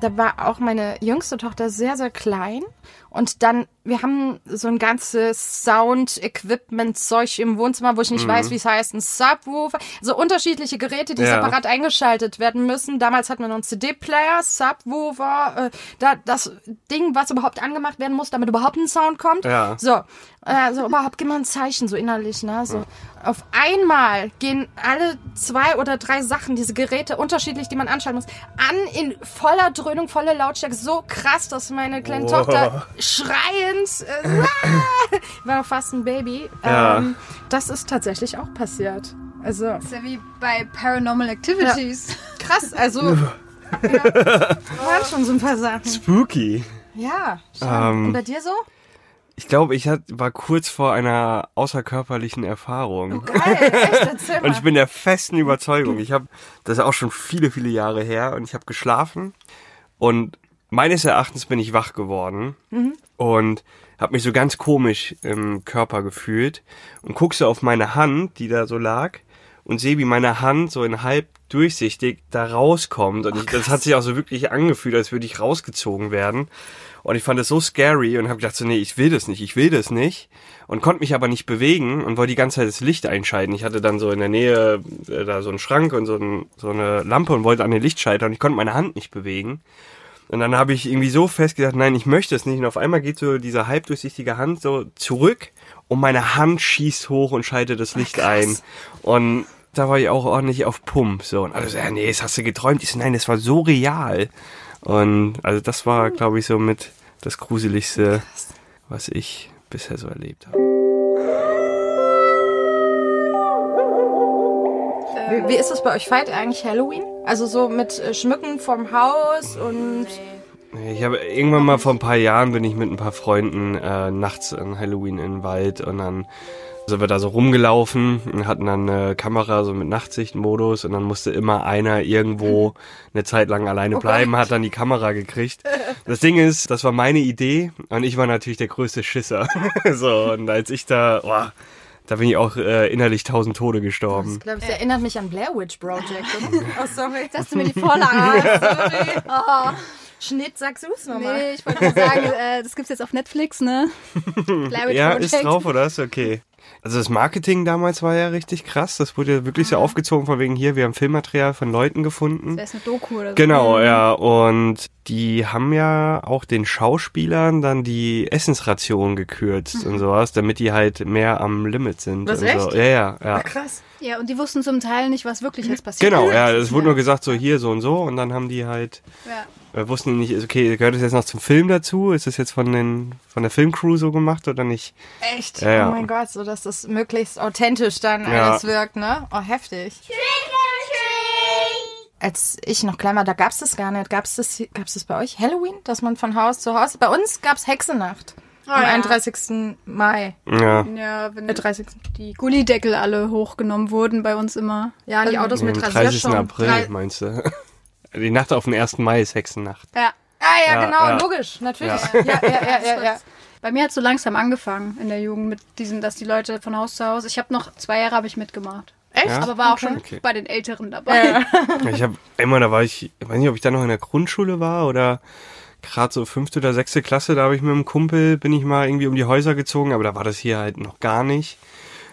[SPEAKER 1] da war auch meine jüngste Tochter sehr, sehr klein. Und dann, wir haben so ein ganzes Sound-Equipment-Zeug im Wohnzimmer, wo ich nicht weiß, wie es heißt, ein Subwoofer. So unterschiedliche Geräte, die
[SPEAKER 3] Ja.
[SPEAKER 1] separat eingeschaltet werden müssen. Damals hatten wir noch einen CD-Player, Subwoofer, äh, da, das Ding, was überhaupt angemacht werden muss, damit überhaupt ein Sound kommt.
[SPEAKER 3] Ja.
[SPEAKER 1] So, äh, so überhaupt gib mal ein Zeichen, so innerlich, ne? So. Auf einmal gehen alle zwei oder drei Sachen, diese Geräte unterschiedlich, die man anschalten muss, an in voller Dröhnung, voller Lautstärke. So krass, dass meine kleine
[SPEAKER 3] Wow.
[SPEAKER 1] Tochter schreiend, äh, war noch fast ein Baby.
[SPEAKER 3] Ja.
[SPEAKER 1] Ähm, das ist tatsächlich auch passiert. Also
[SPEAKER 4] Das ist ja wie bei Paranormal Activities.
[SPEAKER 1] krass, also ja, waren schon so ein paar Sachen.
[SPEAKER 3] Spooky.
[SPEAKER 1] Ja. schon.
[SPEAKER 3] Ähm.
[SPEAKER 1] Und bei dir so?
[SPEAKER 3] Ich glaube, ich hat, war kurz vor einer außerkörperlichen Erfahrung.
[SPEAKER 1] Geil, echt, erzähl mal.
[SPEAKER 3] Und ich bin der festen Überzeugung, ich habe, das ist auch schon viele, viele Jahre her, und ich habe geschlafen und meines Erachtens bin ich wach geworden und habe mich so ganz komisch im Körper gefühlt und guck so auf meine Hand, die da so lag und sehe, wie meine Hand so in halb durchsichtig da rauskommt und ich, das hat sich auch so wirklich angefühlt, als würde ich rausgezogen werden und ich fand das so scary und habe gedacht so nee, ich will das nicht, ich will das nicht und konnte mich aber nicht bewegen und wollte die ganze Zeit das Licht einschalten. Ich hatte dann so in der Nähe äh, da so einen Schrank und so, ein, so eine Lampe und wollte an den Lichtschalter und ich konnte meine Hand nicht bewegen. Und dann habe ich irgendwie so fest gedacht, nein, ich möchte es nicht. Und auf einmal geht so diese halbdurchsichtige Hand so zurück und meine Hand schießt hoch und schaltet das Licht ein. Und da war ich auch ordentlich auf Pump. So. Und alle so, ja, nee, das hast du geträumt. Ich so, nein, das war so real. Und also das war, glaube ich, so mit das Gruseligste, was ich bisher so erlebt habe.
[SPEAKER 1] Wie, wie ist es bei euch? Feiert ihr eigentlich Halloween? Also so mit äh, Schmücken vom Haus und
[SPEAKER 3] Ich habe irgendwann mal vor ein paar Jahren bin ich mit ein paar Freunden äh, nachts an Halloween in den Wald und dann sind wir da so rumgelaufen und hatten dann eine Kamera so mit Nachtsichtmodus und dann musste immer einer irgendwo eine Zeit lang alleine bleiben, hat dann die Kamera gekriegt. Das Ding ist, das war meine Idee und ich war natürlich der größte Schisser. so und als ich da, boah, da bin ich auch äh, innerlich tausend Tode gestorben.
[SPEAKER 1] ich glaube, es erinnert mich an Blair Witch Project. oh, sorry. Oh.
[SPEAKER 4] Dass du mir die Vorlage hast.
[SPEAKER 1] Schnitt, sagst du es
[SPEAKER 4] Oh,
[SPEAKER 1] nochmal.
[SPEAKER 4] nee, ich wollte nur sagen, äh, das gibt's jetzt auf Netflix, ne? Blair Witch
[SPEAKER 3] Ja,
[SPEAKER 4] Project.
[SPEAKER 3] ist drauf oder ist okay. Also das Marketing damals war ja richtig krass. Das wurde ja
[SPEAKER 1] Ah.
[SPEAKER 3] wirklich so aufgezogen von wegen hier, wir haben Filmmaterial von Leuten gefunden.
[SPEAKER 4] Das ist eine Doku oder so. Mhm.
[SPEAKER 3] Genau,
[SPEAKER 1] Mhm.
[SPEAKER 3] ja. Und die haben ja auch den Schauspielern dann die Essensration gekürzt und sowas, damit die halt mehr am Limit sind.
[SPEAKER 1] Mhm. Was,
[SPEAKER 3] und so.
[SPEAKER 1] echt?
[SPEAKER 3] Ja, ja, ja.
[SPEAKER 1] Krass.
[SPEAKER 4] Ja, und die wussten zum Teil nicht, was wirklich jetzt passiert.
[SPEAKER 3] Genau,
[SPEAKER 4] ist.
[SPEAKER 3] ja. Es wurde nur gesagt, so hier, so und so. Und dann haben die halt
[SPEAKER 4] Ja.
[SPEAKER 3] wir wussten die nicht, ist okay, gehört es jetzt noch zum Film dazu? Ist das jetzt von den von der Filmcrew so gemacht oder nicht?
[SPEAKER 1] Echt?
[SPEAKER 3] Ja, ja.
[SPEAKER 1] Oh mein Gott, so dass das möglichst authentisch dann
[SPEAKER 3] Ja.
[SPEAKER 1] alles wirkt, ne? Oh, heftig. Als ich noch klein war, da gab's das gar nicht. Gab's das, hier- gab's das bei euch? Halloween? Dass man von Haus zu Haus... Bei uns gab's Hexenacht. am
[SPEAKER 4] ja.
[SPEAKER 1] 31. Mai.
[SPEAKER 3] Ja.
[SPEAKER 4] Ja, wenn halt
[SPEAKER 1] Äh, 30.
[SPEAKER 4] die Gullideckel alle hochgenommen wurden bei uns immer.
[SPEAKER 1] Ja, die Autos
[SPEAKER 3] Am
[SPEAKER 1] mit Rasierschaum.
[SPEAKER 3] Hm, April,
[SPEAKER 1] Drei-
[SPEAKER 3] meinst du? Die Nacht auf den 1. Mai ist Hexennacht.
[SPEAKER 4] Ja.
[SPEAKER 1] Ah ja,
[SPEAKER 3] Ja,
[SPEAKER 1] genau,
[SPEAKER 3] ja.
[SPEAKER 1] logisch, natürlich. Ja, ja, ja, ja. ja.
[SPEAKER 4] Bei mir hat so langsam angefangen in der Jugend mit diesem, dass die Leute von Haus zu Haus. Ich habe noch zwei Jahre habe ich mitgemacht.
[SPEAKER 1] Echt?
[SPEAKER 3] Ja?
[SPEAKER 4] Aber war auch schon
[SPEAKER 3] Okay.
[SPEAKER 4] bei den Älteren dabei.
[SPEAKER 3] Ich habe einmal, da war ich, ich weiß nicht, ob ich da noch in der Grundschule war oder gerade so fünfte oder sechste Klasse, da habe ich mit einem Kumpel, bin ich mal irgendwie um die Häuser gezogen, aber da war das hier halt noch gar nicht.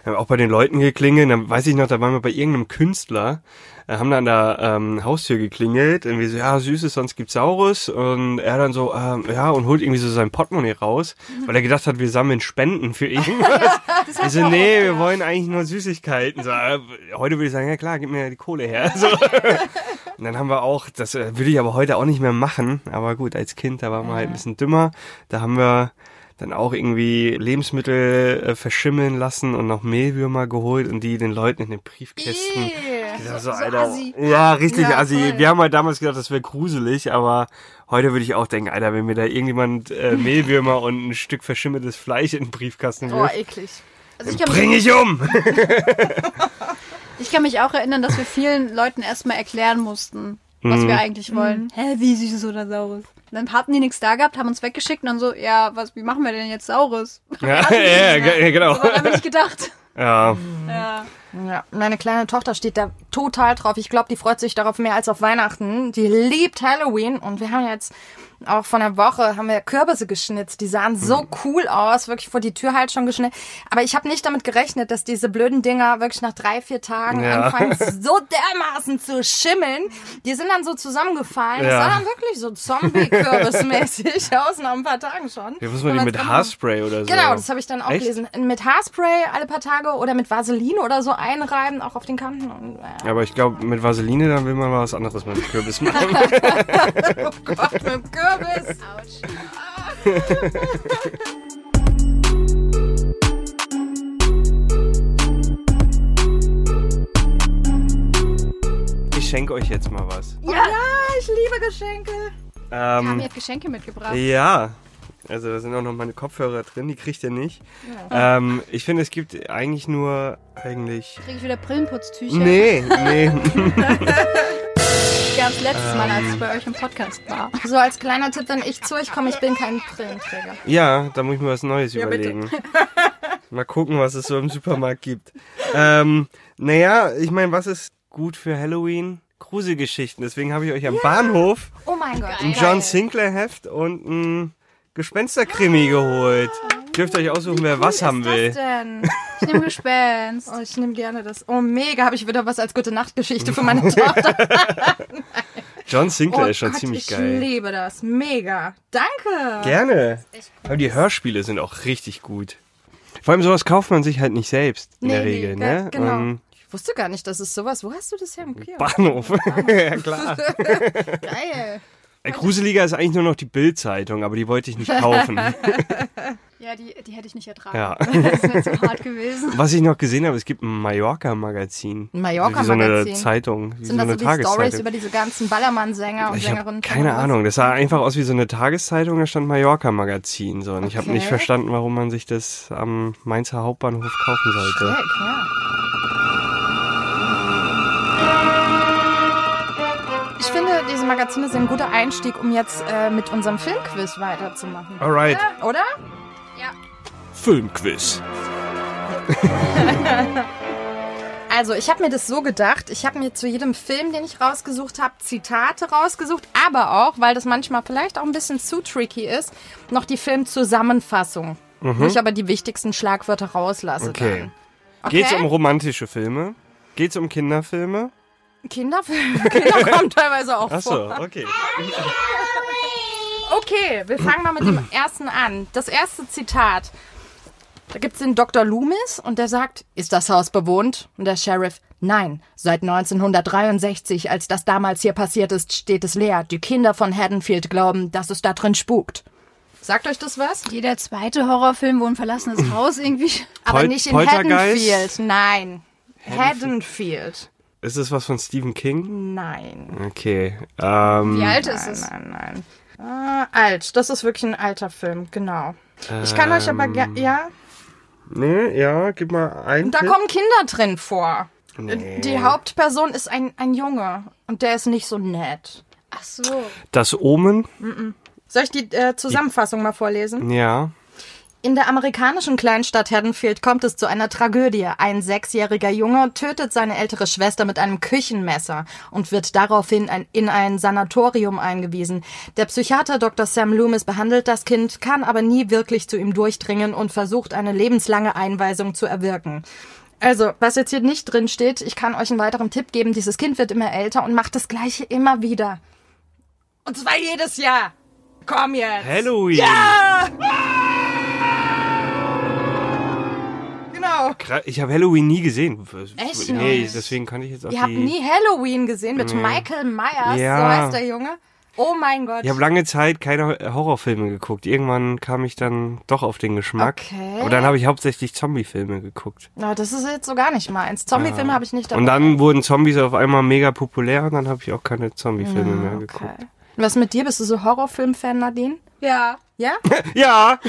[SPEAKER 3] Wir haben auch bei den Leuten geklingelt, dann weiß ich noch, da waren wir bei irgendeinem Künstler, äh, haben dann an der ähm, Haustür geklingelt, irgendwie so, ja, Süßes, sonst gibt's Saures. Und er dann so, ähm, ja, und holt irgendwie so sein Portemonnaie raus, weil er gedacht hat, wir sammeln Spenden für irgendwas. Wir so, nee, wir wollen eigentlich nur Süßigkeiten. So, äh, heute würde ich sagen, ja klar, gib mir die Kohle her. So. Und dann haben wir auch, das äh, würde ich aber heute auch nicht mehr machen, aber gut, als Kind, da waren wir halt ein bisschen dümmer. Da haben wir, dann auch irgendwie Lebensmittel äh, verschimmeln lassen und noch Mehlwürmer geholt und die den Leuten in den Briefkästen. Ich dachte so, Alter,
[SPEAKER 1] assi.
[SPEAKER 3] Ja, richtig,
[SPEAKER 1] Ja,
[SPEAKER 3] also
[SPEAKER 1] voll.
[SPEAKER 3] wir haben halt damals gedacht, das wäre gruselig, aber heute würde ich auch denken, Alter, wenn mir da irgendjemand äh, Mehlwürmer und ein Stück verschimmeltes Fleisch in den Briefkasten
[SPEAKER 1] Oh,
[SPEAKER 3] wirft,
[SPEAKER 1] eklig. Also ich kann,
[SPEAKER 3] bring ich um!
[SPEAKER 4] Ich kann mich auch erinnern, dass wir vielen Leuten erstmal erklären mussten, was
[SPEAKER 3] Mhm.
[SPEAKER 4] wir eigentlich wollen. Mhm. Hä, wie süßes oder saures? Und Dann hatten die nichts da gehabt, haben uns weggeschickt und dann so, ja, was, wie machen wir denn jetzt saures?
[SPEAKER 3] ja, ja, ja, genau.
[SPEAKER 4] So haben wir nicht gedacht. Äh,
[SPEAKER 3] Ja.
[SPEAKER 4] Ja.
[SPEAKER 1] ja, meine kleine Tochter steht da total drauf. Ich glaube, die freut sich darauf mehr als auf Weihnachten. Die liebt Halloween und wir haben jetzt auch von der Woche haben wir Kürbisse geschnitzt. Die sahen
[SPEAKER 3] Hm.
[SPEAKER 1] so cool aus, wirklich vor die Tür halt schon geschnitten. Aber ich habe nicht damit gerechnet, dass diese blöden Dinger wirklich nach drei, vier Tagen
[SPEAKER 3] Ja.
[SPEAKER 1] anfangen so dermaßen zu schimmeln. Die sind dann so zusammengefallen. Das
[SPEAKER 3] Ja.
[SPEAKER 1] sah dann wirklich so Zombie-Kürbismäßig aus nach ein paar Tagen schon.
[SPEAKER 3] Hier muss man die
[SPEAKER 1] Wenn
[SPEAKER 3] mit
[SPEAKER 1] dran macht.
[SPEAKER 3] Haarspray oder so.
[SPEAKER 1] Genau, das habe ich dann auch
[SPEAKER 3] Echt?
[SPEAKER 1] gelesen. Mit Haarspray alle paar Tage oder mit Vaseline oder so einreiben, auch auf den Kanten. Und, äh,
[SPEAKER 3] Aber ich glaube, mit Vaseline, dann will man mal was anderes mit dem Kürbis machen.
[SPEAKER 1] oh Gott, mit dem Kürbis.
[SPEAKER 3] ich schenke euch jetzt mal was.
[SPEAKER 1] Oh ja, ich liebe Geschenke.
[SPEAKER 4] Haben
[SPEAKER 3] Ähm,
[SPEAKER 4] mir Geschenke mitgebracht.
[SPEAKER 3] ja. Also da sind auch noch meine Kopfhörer drin, die kriegt ihr nicht. Ähm, ich finde, es gibt eigentlich nur eigentlich.
[SPEAKER 4] Kriege ich wieder Brillenputztücher.
[SPEAKER 3] Nee, nee.
[SPEAKER 4] Ganz letztes Mal,
[SPEAKER 3] Äh.
[SPEAKER 4] als ich bei euch im Podcast war.
[SPEAKER 1] So als kleiner Tipp, wenn ich zu euch komme, ich bin kein Brillenträger.
[SPEAKER 3] Ja, da muss ich mir was Neues überlegen. Mal gucken, was es so im Supermarkt gibt. Ähm, naja, ich meine, was ist gut für Halloween? Gruselgeschichten. Deswegen habe ich euch am Bahnhof
[SPEAKER 1] Oh mein Gott.
[SPEAKER 3] ein John Sinclair Heft und ein Gespensterkrimi
[SPEAKER 1] Ah.
[SPEAKER 3] geholt. Dürft ihr euch aussuchen, wer was haben will.
[SPEAKER 1] Was denn?
[SPEAKER 4] Ich nehme Gespenst.
[SPEAKER 1] Oh, ich nehme gerne das. Oh, mega, habe ich wieder was als gute Nachtgeschichte für meine Tochter.
[SPEAKER 3] John Sinclair
[SPEAKER 1] Oh
[SPEAKER 3] ist schon
[SPEAKER 1] Gott,
[SPEAKER 3] ziemlich
[SPEAKER 1] ich
[SPEAKER 3] geil.
[SPEAKER 1] liebe das. Mega. Danke.
[SPEAKER 3] Gerne. Aber die Hörspiele sind auch richtig gut. Vor allem sowas kauft man sich halt nicht selbst in der
[SPEAKER 1] Nee, nee,
[SPEAKER 3] Regel,
[SPEAKER 1] ge-
[SPEAKER 3] ne?
[SPEAKER 1] genau.
[SPEAKER 3] Ähm,
[SPEAKER 1] Ich wusste gar nicht, dass es sowas. Wo hast du das her im Kiosk?
[SPEAKER 3] Bahnhof. ja klar.
[SPEAKER 1] Geil.
[SPEAKER 3] Äh, Gruseliger ist eigentlich nur noch die Bild-Zeitung, aber die wollte ich nicht kaufen.
[SPEAKER 4] Ja, die, die hätte ich nicht ertragen.
[SPEAKER 3] Ja.
[SPEAKER 4] Das ist mir zu hart gewesen.
[SPEAKER 3] Was ich noch gesehen habe, es gibt ein Mallorca-Magazin.
[SPEAKER 1] Ein Mallorca-Magazin.
[SPEAKER 3] Wie so eine Zeitung, wie
[SPEAKER 1] Sind
[SPEAKER 3] so
[SPEAKER 1] das
[SPEAKER 3] eine
[SPEAKER 1] so die
[SPEAKER 3] Tageszeitung.
[SPEAKER 1] Stories über diese ganzen Ballermann-Sänger und
[SPEAKER 3] ich
[SPEAKER 1] Sängerinnen? Oh,
[SPEAKER 3] hab
[SPEAKER 1] von
[SPEAKER 3] keine
[SPEAKER 1] Rose?
[SPEAKER 3] Ahnung, das sah einfach aus wie so eine Tageszeitung, da stand Mallorca-Magazin. So. Und ich habe
[SPEAKER 1] Okay.
[SPEAKER 3] nicht verstanden, warum man sich das am Mainzer Hauptbahnhof kaufen sollte.
[SPEAKER 1] Heck, ja. Ich finde, diese Magazine sind ein guter Einstieg, um jetzt äh, mit unserem Filmquiz weiterzumachen.
[SPEAKER 3] Alright,
[SPEAKER 1] Oder?
[SPEAKER 3] Filmquiz.
[SPEAKER 1] Also, ich habe mir das so gedacht. Ich habe mir zu jedem Film, den ich rausgesucht habe, Zitate rausgesucht, aber auch, weil das manchmal vielleicht auch ein bisschen zu tricky ist, noch die Filmzusammenfassung. Wo ich aber die wichtigsten Schlagwörter rauslasse.
[SPEAKER 3] Mhm. Okay.
[SPEAKER 1] Dann.
[SPEAKER 3] Geht's um romantische Filme? Geht's um Kinderfilme?
[SPEAKER 1] Kinderfilme? Kinder kommen teilweise auch vor.
[SPEAKER 3] Achso, okay.
[SPEAKER 1] Okay, wir fangen mal mit dem ersten an. Das erste Zitat. Da gibt's den Dr. Loomis und der sagt, ist das Haus bewohnt? Und der Sheriff, nein, seit 1963, als das damals hier passiert ist, steht es leer. Die Kinder von Haddonfield glauben, dass es da drin spukt. Sagt euch das was?
[SPEAKER 4] Jeder zweite Horrorfilm, wo ein verlassenes Haus irgendwie.
[SPEAKER 1] Aber
[SPEAKER 3] Pol-
[SPEAKER 1] nicht in
[SPEAKER 3] Poltergeist?
[SPEAKER 1] Haddonfield, nein. Haddonfield,
[SPEAKER 3] Ist das was von Stephen King?
[SPEAKER 1] nein.
[SPEAKER 3] Okay. Ähm,
[SPEAKER 4] Wie alt ist es?
[SPEAKER 1] Nein, nein. Ah, alt, das ist wirklich ein alter Film, genau. Ich kann euch aber,
[SPEAKER 4] Ähm,
[SPEAKER 1] ge- ja,
[SPEAKER 3] Nee, ja, gib mal einen.
[SPEAKER 1] Da
[SPEAKER 3] Tipp.
[SPEAKER 1] kommen Kinder drin vor.
[SPEAKER 3] Nee.
[SPEAKER 1] Die Hauptperson ist ein, ein Junge und der ist nicht so nett.
[SPEAKER 4] Ach so.
[SPEAKER 3] Das Omen?
[SPEAKER 1] Soll ich die äh, Zusammenfassung mal vorlesen?
[SPEAKER 3] Ja.
[SPEAKER 1] In der amerikanischen Kleinstadt Haddonfield kommt es zu einer Tragödie. Ein sechsjähriger Junge tötet seine ältere Schwester mit einem Küchenmesser und wird daraufhin ein, in ein Sanatorium eingewiesen. Der Psychiater Dr. Sam Loomis behandelt das Kind, kann aber nie wirklich zu ihm durchdringen und versucht, eine lebenslange Einweisung zu erwirken. Also, was jetzt hier nicht drin steht, ich kann euch einen weiteren Tipp geben. Dieses Kind wird immer älter und macht das Gleiche immer wieder. Und zwar jedes Jahr. Komm jetzt.
[SPEAKER 3] Halloween. Ja!
[SPEAKER 1] Genau.
[SPEAKER 3] Ich habe Halloween nie gesehen.
[SPEAKER 1] Echt
[SPEAKER 3] Nee,
[SPEAKER 1] nicht?
[SPEAKER 3] deswegen kann ich jetzt auch
[SPEAKER 1] Ihr
[SPEAKER 3] die...
[SPEAKER 1] habt nie Halloween gesehen mit Michael Myers,
[SPEAKER 3] Ja.
[SPEAKER 1] so heißt der Junge. Oh mein Gott.
[SPEAKER 3] Ich habe lange Zeit keine Horrorfilme geguckt. Irgendwann kam ich dann doch auf den Geschmack.
[SPEAKER 1] Okay.
[SPEAKER 3] Aber dann habe ich hauptsächlich Zombie-Filme geguckt.
[SPEAKER 1] Na, das ist jetzt so gar nicht meins. Zombie-Filme habe ich nicht dabei.
[SPEAKER 3] Und dann wurden Zombies auf einmal mega populär und dann habe ich auch keine Zombie-Filme mehr
[SPEAKER 1] Okay.
[SPEAKER 3] geguckt.
[SPEAKER 1] Und Was mit dir? Bist du so Horrorfilm-Fan, Nadine?
[SPEAKER 4] Ja,
[SPEAKER 1] Ja?
[SPEAKER 3] Ja,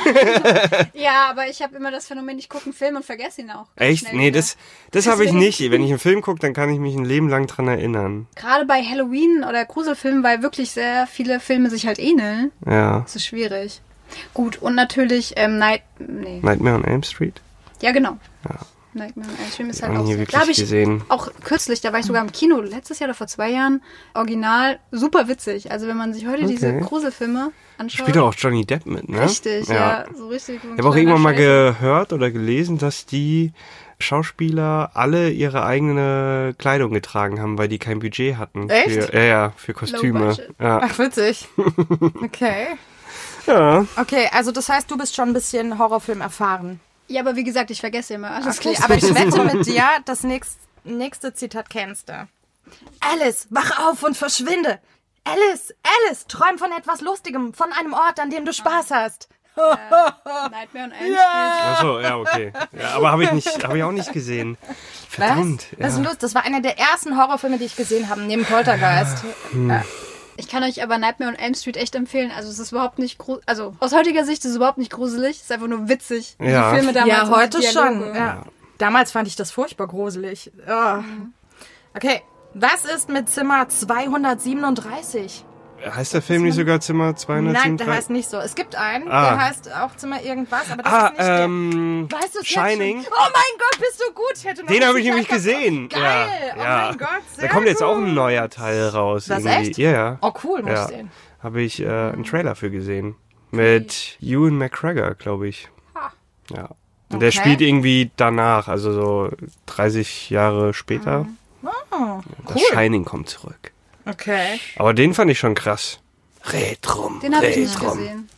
[SPEAKER 4] ja, aber ich habe immer das Phänomen, ich gucke einen Film und vergesse ihn auch. ganz
[SPEAKER 3] echt?
[SPEAKER 4] schnell
[SPEAKER 3] Nee,
[SPEAKER 4] wieder.
[SPEAKER 3] das, das habe ich
[SPEAKER 4] Deswegen-
[SPEAKER 3] nicht. Wenn ich einen Film gucke, dann kann ich mich ein Leben lang dran erinnern.
[SPEAKER 4] Gerade bei Halloween oder Gruselfilmen, weil wirklich sehr viele Filme sich halt ähneln,
[SPEAKER 3] Ja.
[SPEAKER 4] ist es schwierig. Gut, und natürlich ähm, Night... Nee.
[SPEAKER 3] Nightmare on Elm Street?
[SPEAKER 4] Ja, genau. Nightmare on Elm Street ist
[SPEAKER 3] Hab
[SPEAKER 4] halt
[SPEAKER 3] ich
[SPEAKER 4] auch
[SPEAKER 3] nie
[SPEAKER 4] sehr...
[SPEAKER 3] wirklich
[SPEAKER 4] Da hab ich
[SPEAKER 3] gesehen.
[SPEAKER 4] auch kürzlich, da war ich sogar im Kino, letztes Jahr oder vor zwei Jahren, original, super witzig. Also wenn man sich heute diese
[SPEAKER 3] Okay.
[SPEAKER 4] Gruselfilme anschaut...
[SPEAKER 3] Spielt doch auch Johnny Depp mit, ne?
[SPEAKER 4] Richtig, ja. so richtig.
[SPEAKER 3] Ich habe auch irgendwann mal gehört oder gelesen, dass die Schauspieler alle ihre eigene Kleidung getragen haben, weil die kein Budget hatten.
[SPEAKER 1] Echt?
[SPEAKER 3] Für, ja, ja, für Kostüme.
[SPEAKER 4] budget.
[SPEAKER 3] Ja.
[SPEAKER 1] Ach, witzig. Okay.
[SPEAKER 3] ja.
[SPEAKER 1] Okay, also das heißt, du bist schon ein bisschen Horrorfilm erfahren.
[SPEAKER 4] Ja, aber wie gesagt, ich vergesse immer alles.
[SPEAKER 1] Okay,
[SPEAKER 4] Große.
[SPEAKER 1] aber ich wette mit dir, das nächst, nächste Zitat kennst du. Alice, wach auf und verschwinde. Alice, Alice, träum von etwas Lustigem, von einem Ort, an dem du Spaß hast.
[SPEAKER 4] Nightmare on Elm
[SPEAKER 3] Ach so, ja, okay. Ja, aber habe ich, nicht, hab ich auch nicht gesehen. Verdammt.
[SPEAKER 1] Was ist denn
[SPEAKER 3] Ja.
[SPEAKER 1] los? Das war einer der ersten Horrorfilme, die ich gesehen habe, neben Poltergeist. Ja.
[SPEAKER 4] Ich kann euch aber Nightmare on Elm Street echt empfehlen. Also es ist überhaupt nicht gru- also aus heutiger Sicht ist es überhaupt nicht gruselig, es ist einfach nur witzig.
[SPEAKER 3] Ja.
[SPEAKER 4] Die Filme damals
[SPEAKER 1] Ja, heute
[SPEAKER 4] und die Dialoge.
[SPEAKER 1] schon. Ja. Damals fand ich das furchtbar gruselig. Ah. Okay, was ist mit Zimmer 237?
[SPEAKER 3] Heißt der Film nicht sogar Zimmer
[SPEAKER 1] Nein,
[SPEAKER 3] 273?
[SPEAKER 1] der heißt nicht so. Es gibt einen,
[SPEAKER 3] Ah.
[SPEAKER 1] der heißt auch Zimmer irgendwas, aber das ist
[SPEAKER 3] Ah,
[SPEAKER 1] nicht der.
[SPEAKER 3] ähm,
[SPEAKER 1] Weißt du es
[SPEAKER 3] Shining.
[SPEAKER 1] Jetzt schon? Oh mein Gott, bist du gut. Ich hätte noch
[SPEAKER 3] Den habe ich
[SPEAKER 1] richtig
[SPEAKER 3] nämlich gesehen.
[SPEAKER 1] einfach- Geil.
[SPEAKER 3] Ja,
[SPEAKER 1] oh
[SPEAKER 3] ja.
[SPEAKER 1] mein Gott, sehr
[SPEAKER 3] Da kommt jetzt auch ein
[SPEAKER 1] gut.
[SPEAKER 3] neuer Teil raus.
[SPEAKER 1] Was,
[SPEAKER 3] irgendwie.
[SPEAKER 1] echt?
[SPEAKER 3] Ja, ja.
[SPEAKER 1] Oh cool, muss
[SPEAKER 3] ja.
[SPEAKER 1] ich sehen. Mhm.
[SPEAKER 3] Habe ich äh, einen Trailer für gesehen. Mit Ewan McGregor, glaube ich. Ja. Und der
[SPEAKER 1] Okay.
[SPEAKER 3] spielt irgendwie danach, also so 30 Jahre später.
[SPEAKER 1] Oh,
[SPEAKER 3] Das
[SPEAKER 1] Mhm. cool.
[SPEAKER 3] Shining kommt zurück.
[SPEAKER 1] Okay.
[SPEAKER 3] Aber den fand ich schon krass. Retrum.
[SPEAKER 4] Den habe ich nicht
[SPEAKER 3] Retrum.
[SPEAKER 4] gesehen.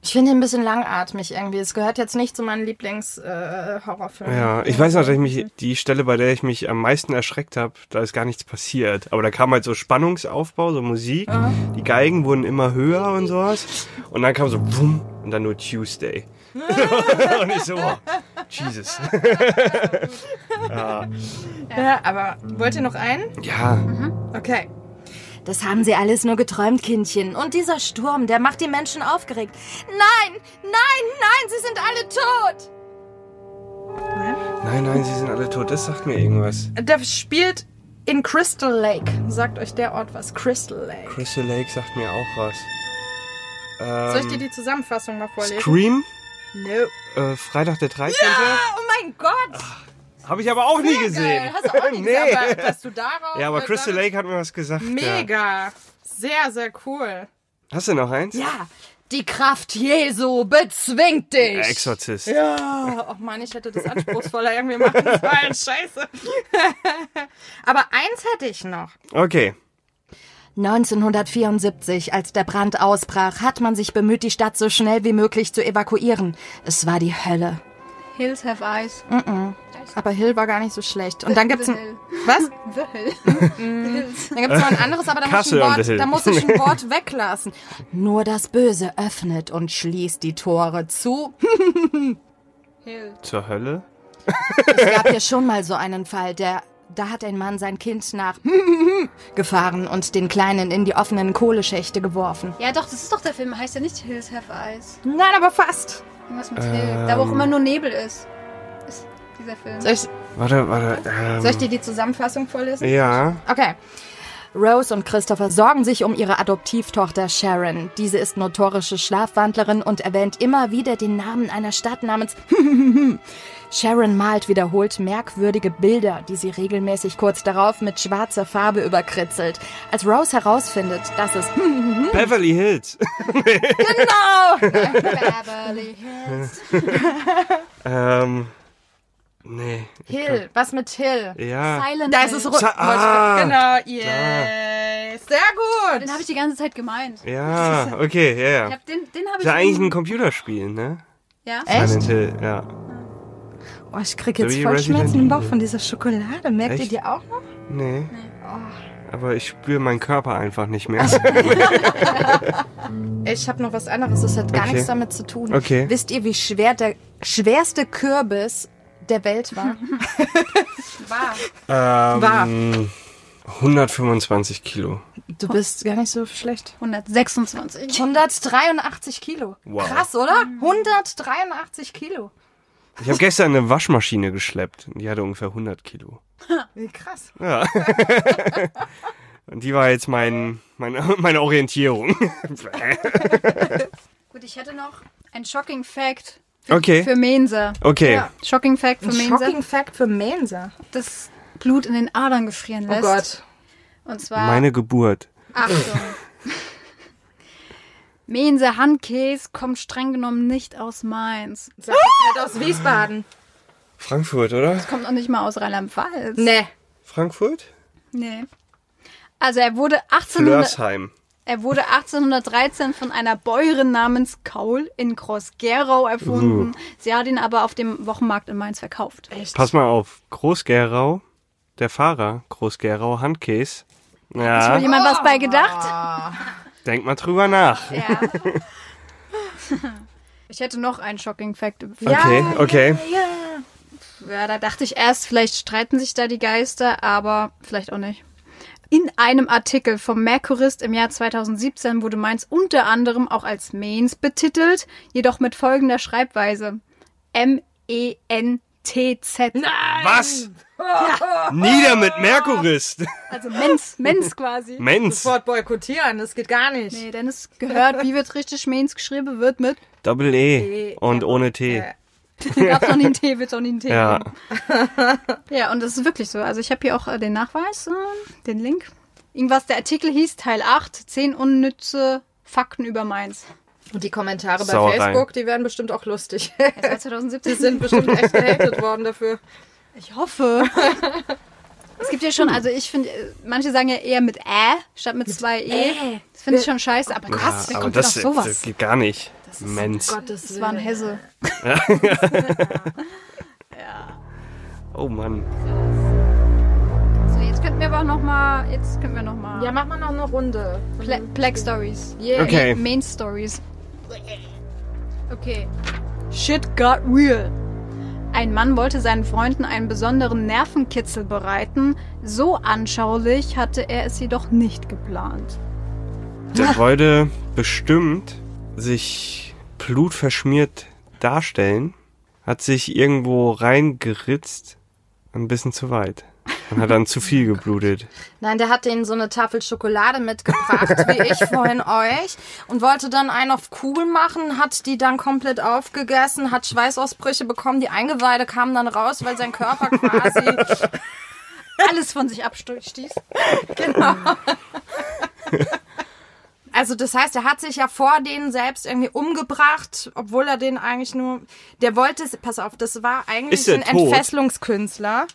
[SPEAKER 1] Ich finde ihn ein bisschen langatmig irgendwie. Es gehört jetzt nicht zu meinen äh, Lieblings-Horrorfilmen.
[SPEAKER 3] Ja, ich weiß noch, dass ich mich, die Stelle, bei der ich mich am meisten erschreckt habe, da ist gar nichts passiert. Aber da kam halt so Spannungsaufbau, so Musik,
[SPEAKER 1] Ah.
[SPEAKER 3] die Geigen wurden immer höher und sowas. Und dann kam so Wumm und dann nur Tuesday.
[SPEAKER 1] Ah.
[SPEAKER 3] und ich so, oh, Jesus.
[SPEAKER 1] ja, aber wollt ihr noch einen?
[SPEAKER 3] Ja,
[SPEAKER 1] Okay. Das haben sie alles nur geträumt, Kindchen. Und dieser Sturm, der macht die Menschen aufgeregt. Nein, nein, nein, sie sind alle tot.
[SPEAKER 3] nein, nein, sie sind alle tot. Das sagt mir irgendwas.
[SPEAKER 1] Das spielt in Crystal Lake. Sagt euch der Ort was? Crystal Lake.
[SPEAKER 3] Crystal Lake sagt mir auch was.
[SPEAKER 1] Soll
[SPEAKER 3] Ähm,
[SPEAKER 1] ich dir die Zusammenfassung mal vorlesen?
[SPEAKER 3] Scream,
[SPEAKER 1] No.
[SPEAKER 3] äh, Freitag der 13.
[SPEAKER 1] Ah, oh mein Gott.
[SPEAKER 3] Habe ich aber auch nie gesehen.
[SPEAKER 1] Geil. Hast du auch nie
[SPEAKER 3] Nee.
[SPEAKER 1] gesehen, aber dass du darauf...
[SPEAKER 3] Ja, aber
[SPEAKER 1] äh,
[SPEAKER 3] Crystal
[SPEAKER 1] damit-
[SPEAKER 3] Lake hat mir was gesagt. Ja.
[SPEAKER 1] Mega. Sehr, sehr cool.
[SPEAKER 3] Hast du noch eins?
[SPEAKER 1] Ja, die Kraft Jesu bezwingt dich.
[SPEAKER 3] Exorzist.
[SPEAKER 1] Ja, oh Mann, ich hätte das anspruchsvoller irgendwie machen sollen. Scheiße. Aber eins hätte ich noch.
[SPEAKER 3] Okay.
[SPEAKER 1] 1974, als der Brand ausbrach, hat man sich bemüht, die Stadt so schnell wie möglich zu evakuieren. Es war die Hölle.
[SPEAKER 4] Hills Have Eyes.
[SPEAKER 1] Aber Hill war gar nicht so schlecht. Und dann gibt's
[SPEAKER 4] The
[SPEAKER 1] ein,
[SPEAKER 4] Hill.
[SPEAKER 1] was?
[SPEAKER 4] The Hill. The Hills.
[SPEAKER 1] Dann gibt's noch ein anderes, aber da muss, ich
[SPEAKER 3] Kassel
[SPEAKER 1] ein
[SPEAKER 3] und The Hill.
[SPEAKER 1] Wort, da muss ich ein Wort weglassen. Nur das Böse öffnet und schließt die Tore zu.
[SPEAKER 4] Hill.
[SPEAKER 3] Zur Hölle?
[SPEAKER 1] Es gab ja schon mal so einen Fall, der da hat ein Mann sein Kind nach gefahren und den Kleinen in die offenen Kohleschächte geworfen.
[SPEAKER 4] Ja, doch, das ist doch der Film. Heißt ja nicht Hills Have Eyes.
[SPEAKER 1] Nein, aber fast.
[SPEAKER 4] Irgendwas mit Hill. Da, wo auch immer
[SPEAKER 3] Ähm.
[SPEAKER 4] nur Nebel ist, ist dieser Film.
[SPEAKER 1] Soll ich,
[SPEAKER 3] Warte, warte. Ähm,
[SPEAKER 1] soll ich dir die Zusammenfassung vorlesen?
[SPEAKER 3] ja.
[SPEAKER 1] Okay. Rose und Christopher sorgen sich um ihre Adoptivtochter Sharon. Diese ist notorische Schlafwandlerin und erwähnt immer wieder den Namen einer Stadt namens Sharon malt wiederholt merkwürdige Bilder, die sie regelmäßig kurz darauf mit schwarzer Farbe überkritzelt. Als Rose herausfindet, dass es
[SPEAKER 3] Beverly Hills.
[SPEAKER 4] Beverly Hills.
[SPEAKER 3] ähm. Nee.
[SPEAKER 1] Hill, was mit Hill?
[SPEAKER 3] Ja.
[SPEAKER 4] Silent
[SPEAKER 1] Da ist es
[SPEAKER 4] Hill.
[SPEAKER 1] rot.
[SPEAKER 3] Sa- ah,
[SPEAKER 1] genau, yes. Sehr
[SPEAKER 4] Den
[SPEAKER 1] gut.
[SPEAKER 4] habe ich die ganze Zeit gemeint.
[SPEAKER 3] Ja, okay, ja,
[SPEAKER 4] Ich
[SPEAKER 3] ja.
[SPEAKER 4] hab den den habe ich.
[SPEAKER 3] Ist ja eigentlich ein Computerspiel, ne?
[SPEAKER 4] ja.
[SPEAKER 1] Echt?
[SPEAKER 3] Silent Hill, ja.
[SPEAKER 1] Oh, ich krieg
[SPEAKER 3] So
[SPEAKER 1] jetzt
[SPEAKER 3] wie
[SPEAKER 1] voll
[SPEAKER 3] Resident
[SPEAKER 1] Schmerzen im Bauch
[SPEAKER 3] Evil.
[SPEAKER 1] von dieser Schokolade. Merkt
[SPEAKER 3] Echt?
[SPEAKER 1] ihr die auch noch?
[SPEAKER 3] Nee. aber ich spüre meinen Körper einfach nicht mehr.
[SPEAKER 1] Ich habe noch was anderes, das hat gar
[SPEAKER 3] Okay.
[SPEAKER 1] nichts damit zu tun.
[SPEAKER 3] Okay.
[SPEAKER 1] Wisst ihr, wie schwer der schwerste Kürbis der Welt war? war.
[SPEAKER 3] ähm, 125 Kilo.
[SPEAKER 1] Du bist gar nicht so schlecht.
[SPEAKER 4] 126.
[SPEAKER 1] 183 Kilo.
[SPEAKER 3] Wow.
[SPEAKER 1] Krass, oder? 183 Kilo.
[SPEAKER 3] Ich habe gestern eine Waschmaschine geschleppt. Die hatte ungefähr 100 Kilo.
[SPEAKER 1] Wie krass.
[SPEAKER 3] Und die war jetzt mein, meine, meine Orientierung.
[SPEAKER 4] Gut, ich hätte noch ein Shocking Fact
[SPEAKER 3] Okay,
[SPEAKER 4] für Mensa.
[SPEAKER 3] okay.
[SPEAKER 1] Ja.
[SPEAKER 4] Shocking Fact für
[SPEAKER 1] Ein
[SPEAKER 4] Mensa,
[SPEAKER 1] shocking Fact für Mensa.
[SPEAKER 4] das Blut in den Adern gefrieren
[SPEAKER 1] Oh
[SPEAKER 4] lässt. Und zwar
[SPEAKER 3] Meine Geburt.
[SPEAKER 4] Achtung. Mensa Handkäse kommt streng genommen nicht aus Mainz.
[SPEAKER 1] Sag ich halt aus Wiesbaden.
[SPEAKER 3] Frankfurt, oder?
[SPEAKER 4] Kommt auch nicht mal aus Rheinland-Pfalz.
[SPEAKER 1] Nee.
[SPEAKER 3] Frankfurt?
[SPEAKER 4] Nee. Also er wurde, 1800,
[SPEAKER 3] Flörsheim.
[SPEAKER 4] er wurde 1813 von einer Bäuerin namens Kaul in Groß-Gerau erfunden. Sie hat ihn aber auf dem Wochenmarkt in Mainz verkauft.
[SPEAKER 1] Echt?
[SPEAKER 3] Pass mal auf. Groß-Gerau, der Fahrer. Groß-Gerau, Handkäse. Ja,
[SPEAKER 4] Hat jemand was
[SPEAKER 1] Ah.
[SPEAKER 4] bei gedacht?
[SPEAKER 3] denk mal drüber nach.
[SPEAKER 4] Ja. Ich hätte noch einen Shocking Fact.
[SPEAKER 3] Okay, okay.
[SPEAKER 4] Ja, da dachte ich erst, vielleicht streiten sich da die Geister, aber vielleicht auch nicht. In einem Artikel vom Merkurist im Jahr 2017 wurde Mainz unter anderem auch als Mainz betitelt, jedoch mit folgender Schreibweise: E M-E-N-T-Z.
[SPEAKER 3] Was? Nieder mit Merkurist.
[SPEAKER 4] Also Menz, Menz quasi.
[SPEAKER 3] Menz.
[SPEAKER 1] Sofort boykottieren, das geht gar nicht.
[SPEAKER 4] Nee, Dennis gehört, wie wird richtig Mainz geschrieben, wird mit.
[SPEAKER 3] Doppel E. Und ohne T.
[SPEAKER 4] Gab's noch nie einen T, wird's noch nie einen T.
[SPEAKER 3] Ja.
[SPEAKER 4] geben. Ja, und das ist wirklich so. Also ich habe hier auch äh, den Nachweis, äh, den Link. Irgendwas, der Artikel hieß Teil 8, 10 unnütze Fakten über Mainz.
[SPEAKER 1] Und die Kommentare bei
[SPEAKER 3] Sauerei.
[SPEAKER 1] Facebook, die werden bestimmt auch lustig.
[SPEAKER 4] Er ist seit
[SPEAKER 1] Die
[SPEAKER 4] 2017.
[SPEAKER 1] sind bestimmt echt gehatet worden dafür.
[SPEAKER 4] Ich hoffe. Es gibt ja schon, also ich finde, äh, manche sagen ja eher mit Ä statt mit zwei E. Das finde ich schon scheiße, aber krass,
[SPEAKER 3] Ja,
[SPEAKER 4] wer
[SPEAKER 3] aber
[SPEAKER 4] kommt denn auf
[SPEAKER 3] das,
[SPEAKER 4] sowas?
[SPEAKER 3] das geht gar nicht. Menz.
[SPEAKER 1] Gottes
[SPEAKER 4] Das war ein Hesse.
[SPEAKER 3] Oh Mann.
[SPEAKER 4] So, jetzt könnten wir aber auch nochmal, jetzt können wir nochmal
[SPEAKER 1] Ja, mach mal noch eine Runde.
[SPEAKER 4] Pla Black Stories.
[SPEAKER 1] Yeah.
[SPEAKER 3] Okay.
[SPEAKER 4] Main Stories. Okay. Shit got real. Ein Mann wollte seinen Freunden einen besonderen Nervenkitzel bereiten. So anschaulich hatte er es jedoch nicht geplant. Ah.
[SPEAKER 3] Der wollte bestimmt sich blutverschmiert darstellen, hat sich irgendwo reingeritzt, ein bisschen zu weit. Und hat dann zu viel
[SPEAKER 4] Oh
[SPEAKER 3] geblutet.
[SPEAKER 1] Nein, der hat denen so eine Tafel Schokolade mitgebracht, wie ich vorhin euch, und wollte dann einen auf Kugel machen, hat die dann komplett aufgegessen, hat Schweißausbrüche bekommen, die Eingeweide kamen dann raus, weil sein Körper quasi.
[SPEAKER 4] Alles von sich abstieß.
[SPEAKER 1] Genau. Also das heißt, er hat sich ja vor denen selbst irgendwie umgebracht, obwohl er den eigentlich nur. Der wollte, pass auf, das war eigentlich
[SPEAKER 3] Ist der
[SPEAKER 1] ein
[SPEAKER 3] tot?
[SPEAKER 1] Entfesselungskünstler.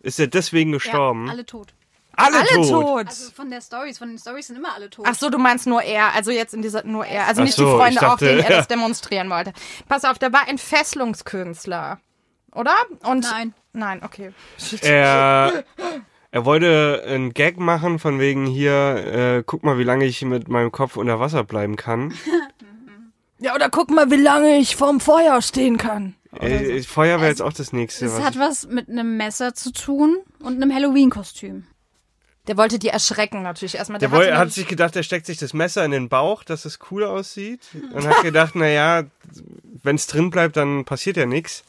[SPEAKER 3] Ist er deswegen
[SPEAKER 4] Ja,
[SPEAKER 3] gestorben?
[SPEAKER 4] alle tot.
[SPEAKER 3] alle,
[SPEAKER 1] Alle
[SPEAKER 3] tot.
[SPEAKER 1] tot.
[SPEAKER 4] Also von der Stories, von den Stories sind immer alle tot.
[SPEAKER 1] Ach so, du meinst nur er, also jetzt in dieser nur er, also
[SPEAKER 3] Ach
[SPEAKER 1] nicht
[SPEAKER 3] so,
[SPEAKER 1] die Freunde,
[SPEAKER 3] ich dachte,
[SPEAKER 1] auf denen er
[SPEAKER 3] ja.
[SPEAKER 1] das demonstrieren wollte. Pass auf, der war ein Fesselungskünstler, oder? Und
[SPEAKER 4] Nein.
[SPEAKER 1] Nein, okay.
[SPEAKER 3] Äh. Er, er wollte einen Gag machen von wegen hier, äh, guck mal, wie lange ich mit meinem Kopf unter Wasser bleiben kann.
[SPEAKER 1] Ja, oder guck mal, wie lange ich vorm Feuer stehen kann.
[SPEAKER 3] Äh, Feuer wäre jetzt auch das nächste.
[SPEAKER 4] Das
[SPEAKER 3] was
[SPEAKER 4] Also hat was mit einem Messer zu tun und einem Halloween-Kostüm.
[SPEAKER 1] Der wollte die erschrecken natürlich erstmal.
[SPEAKER 3] Der
[SPEAKER 1] hatte
[SPEAKER 3] Boy hat
[SPEAKER 1] nämlich-
[SPEAKER 3] sich gedacht, er steckt sich das Messer in den Bauch, dass es cool aussieht.
[SPEAKER 1] Hm.
[SPEAKER 3] Und hat gedacht, naja, wenn es drin bleibt, dann passiert ja nichts.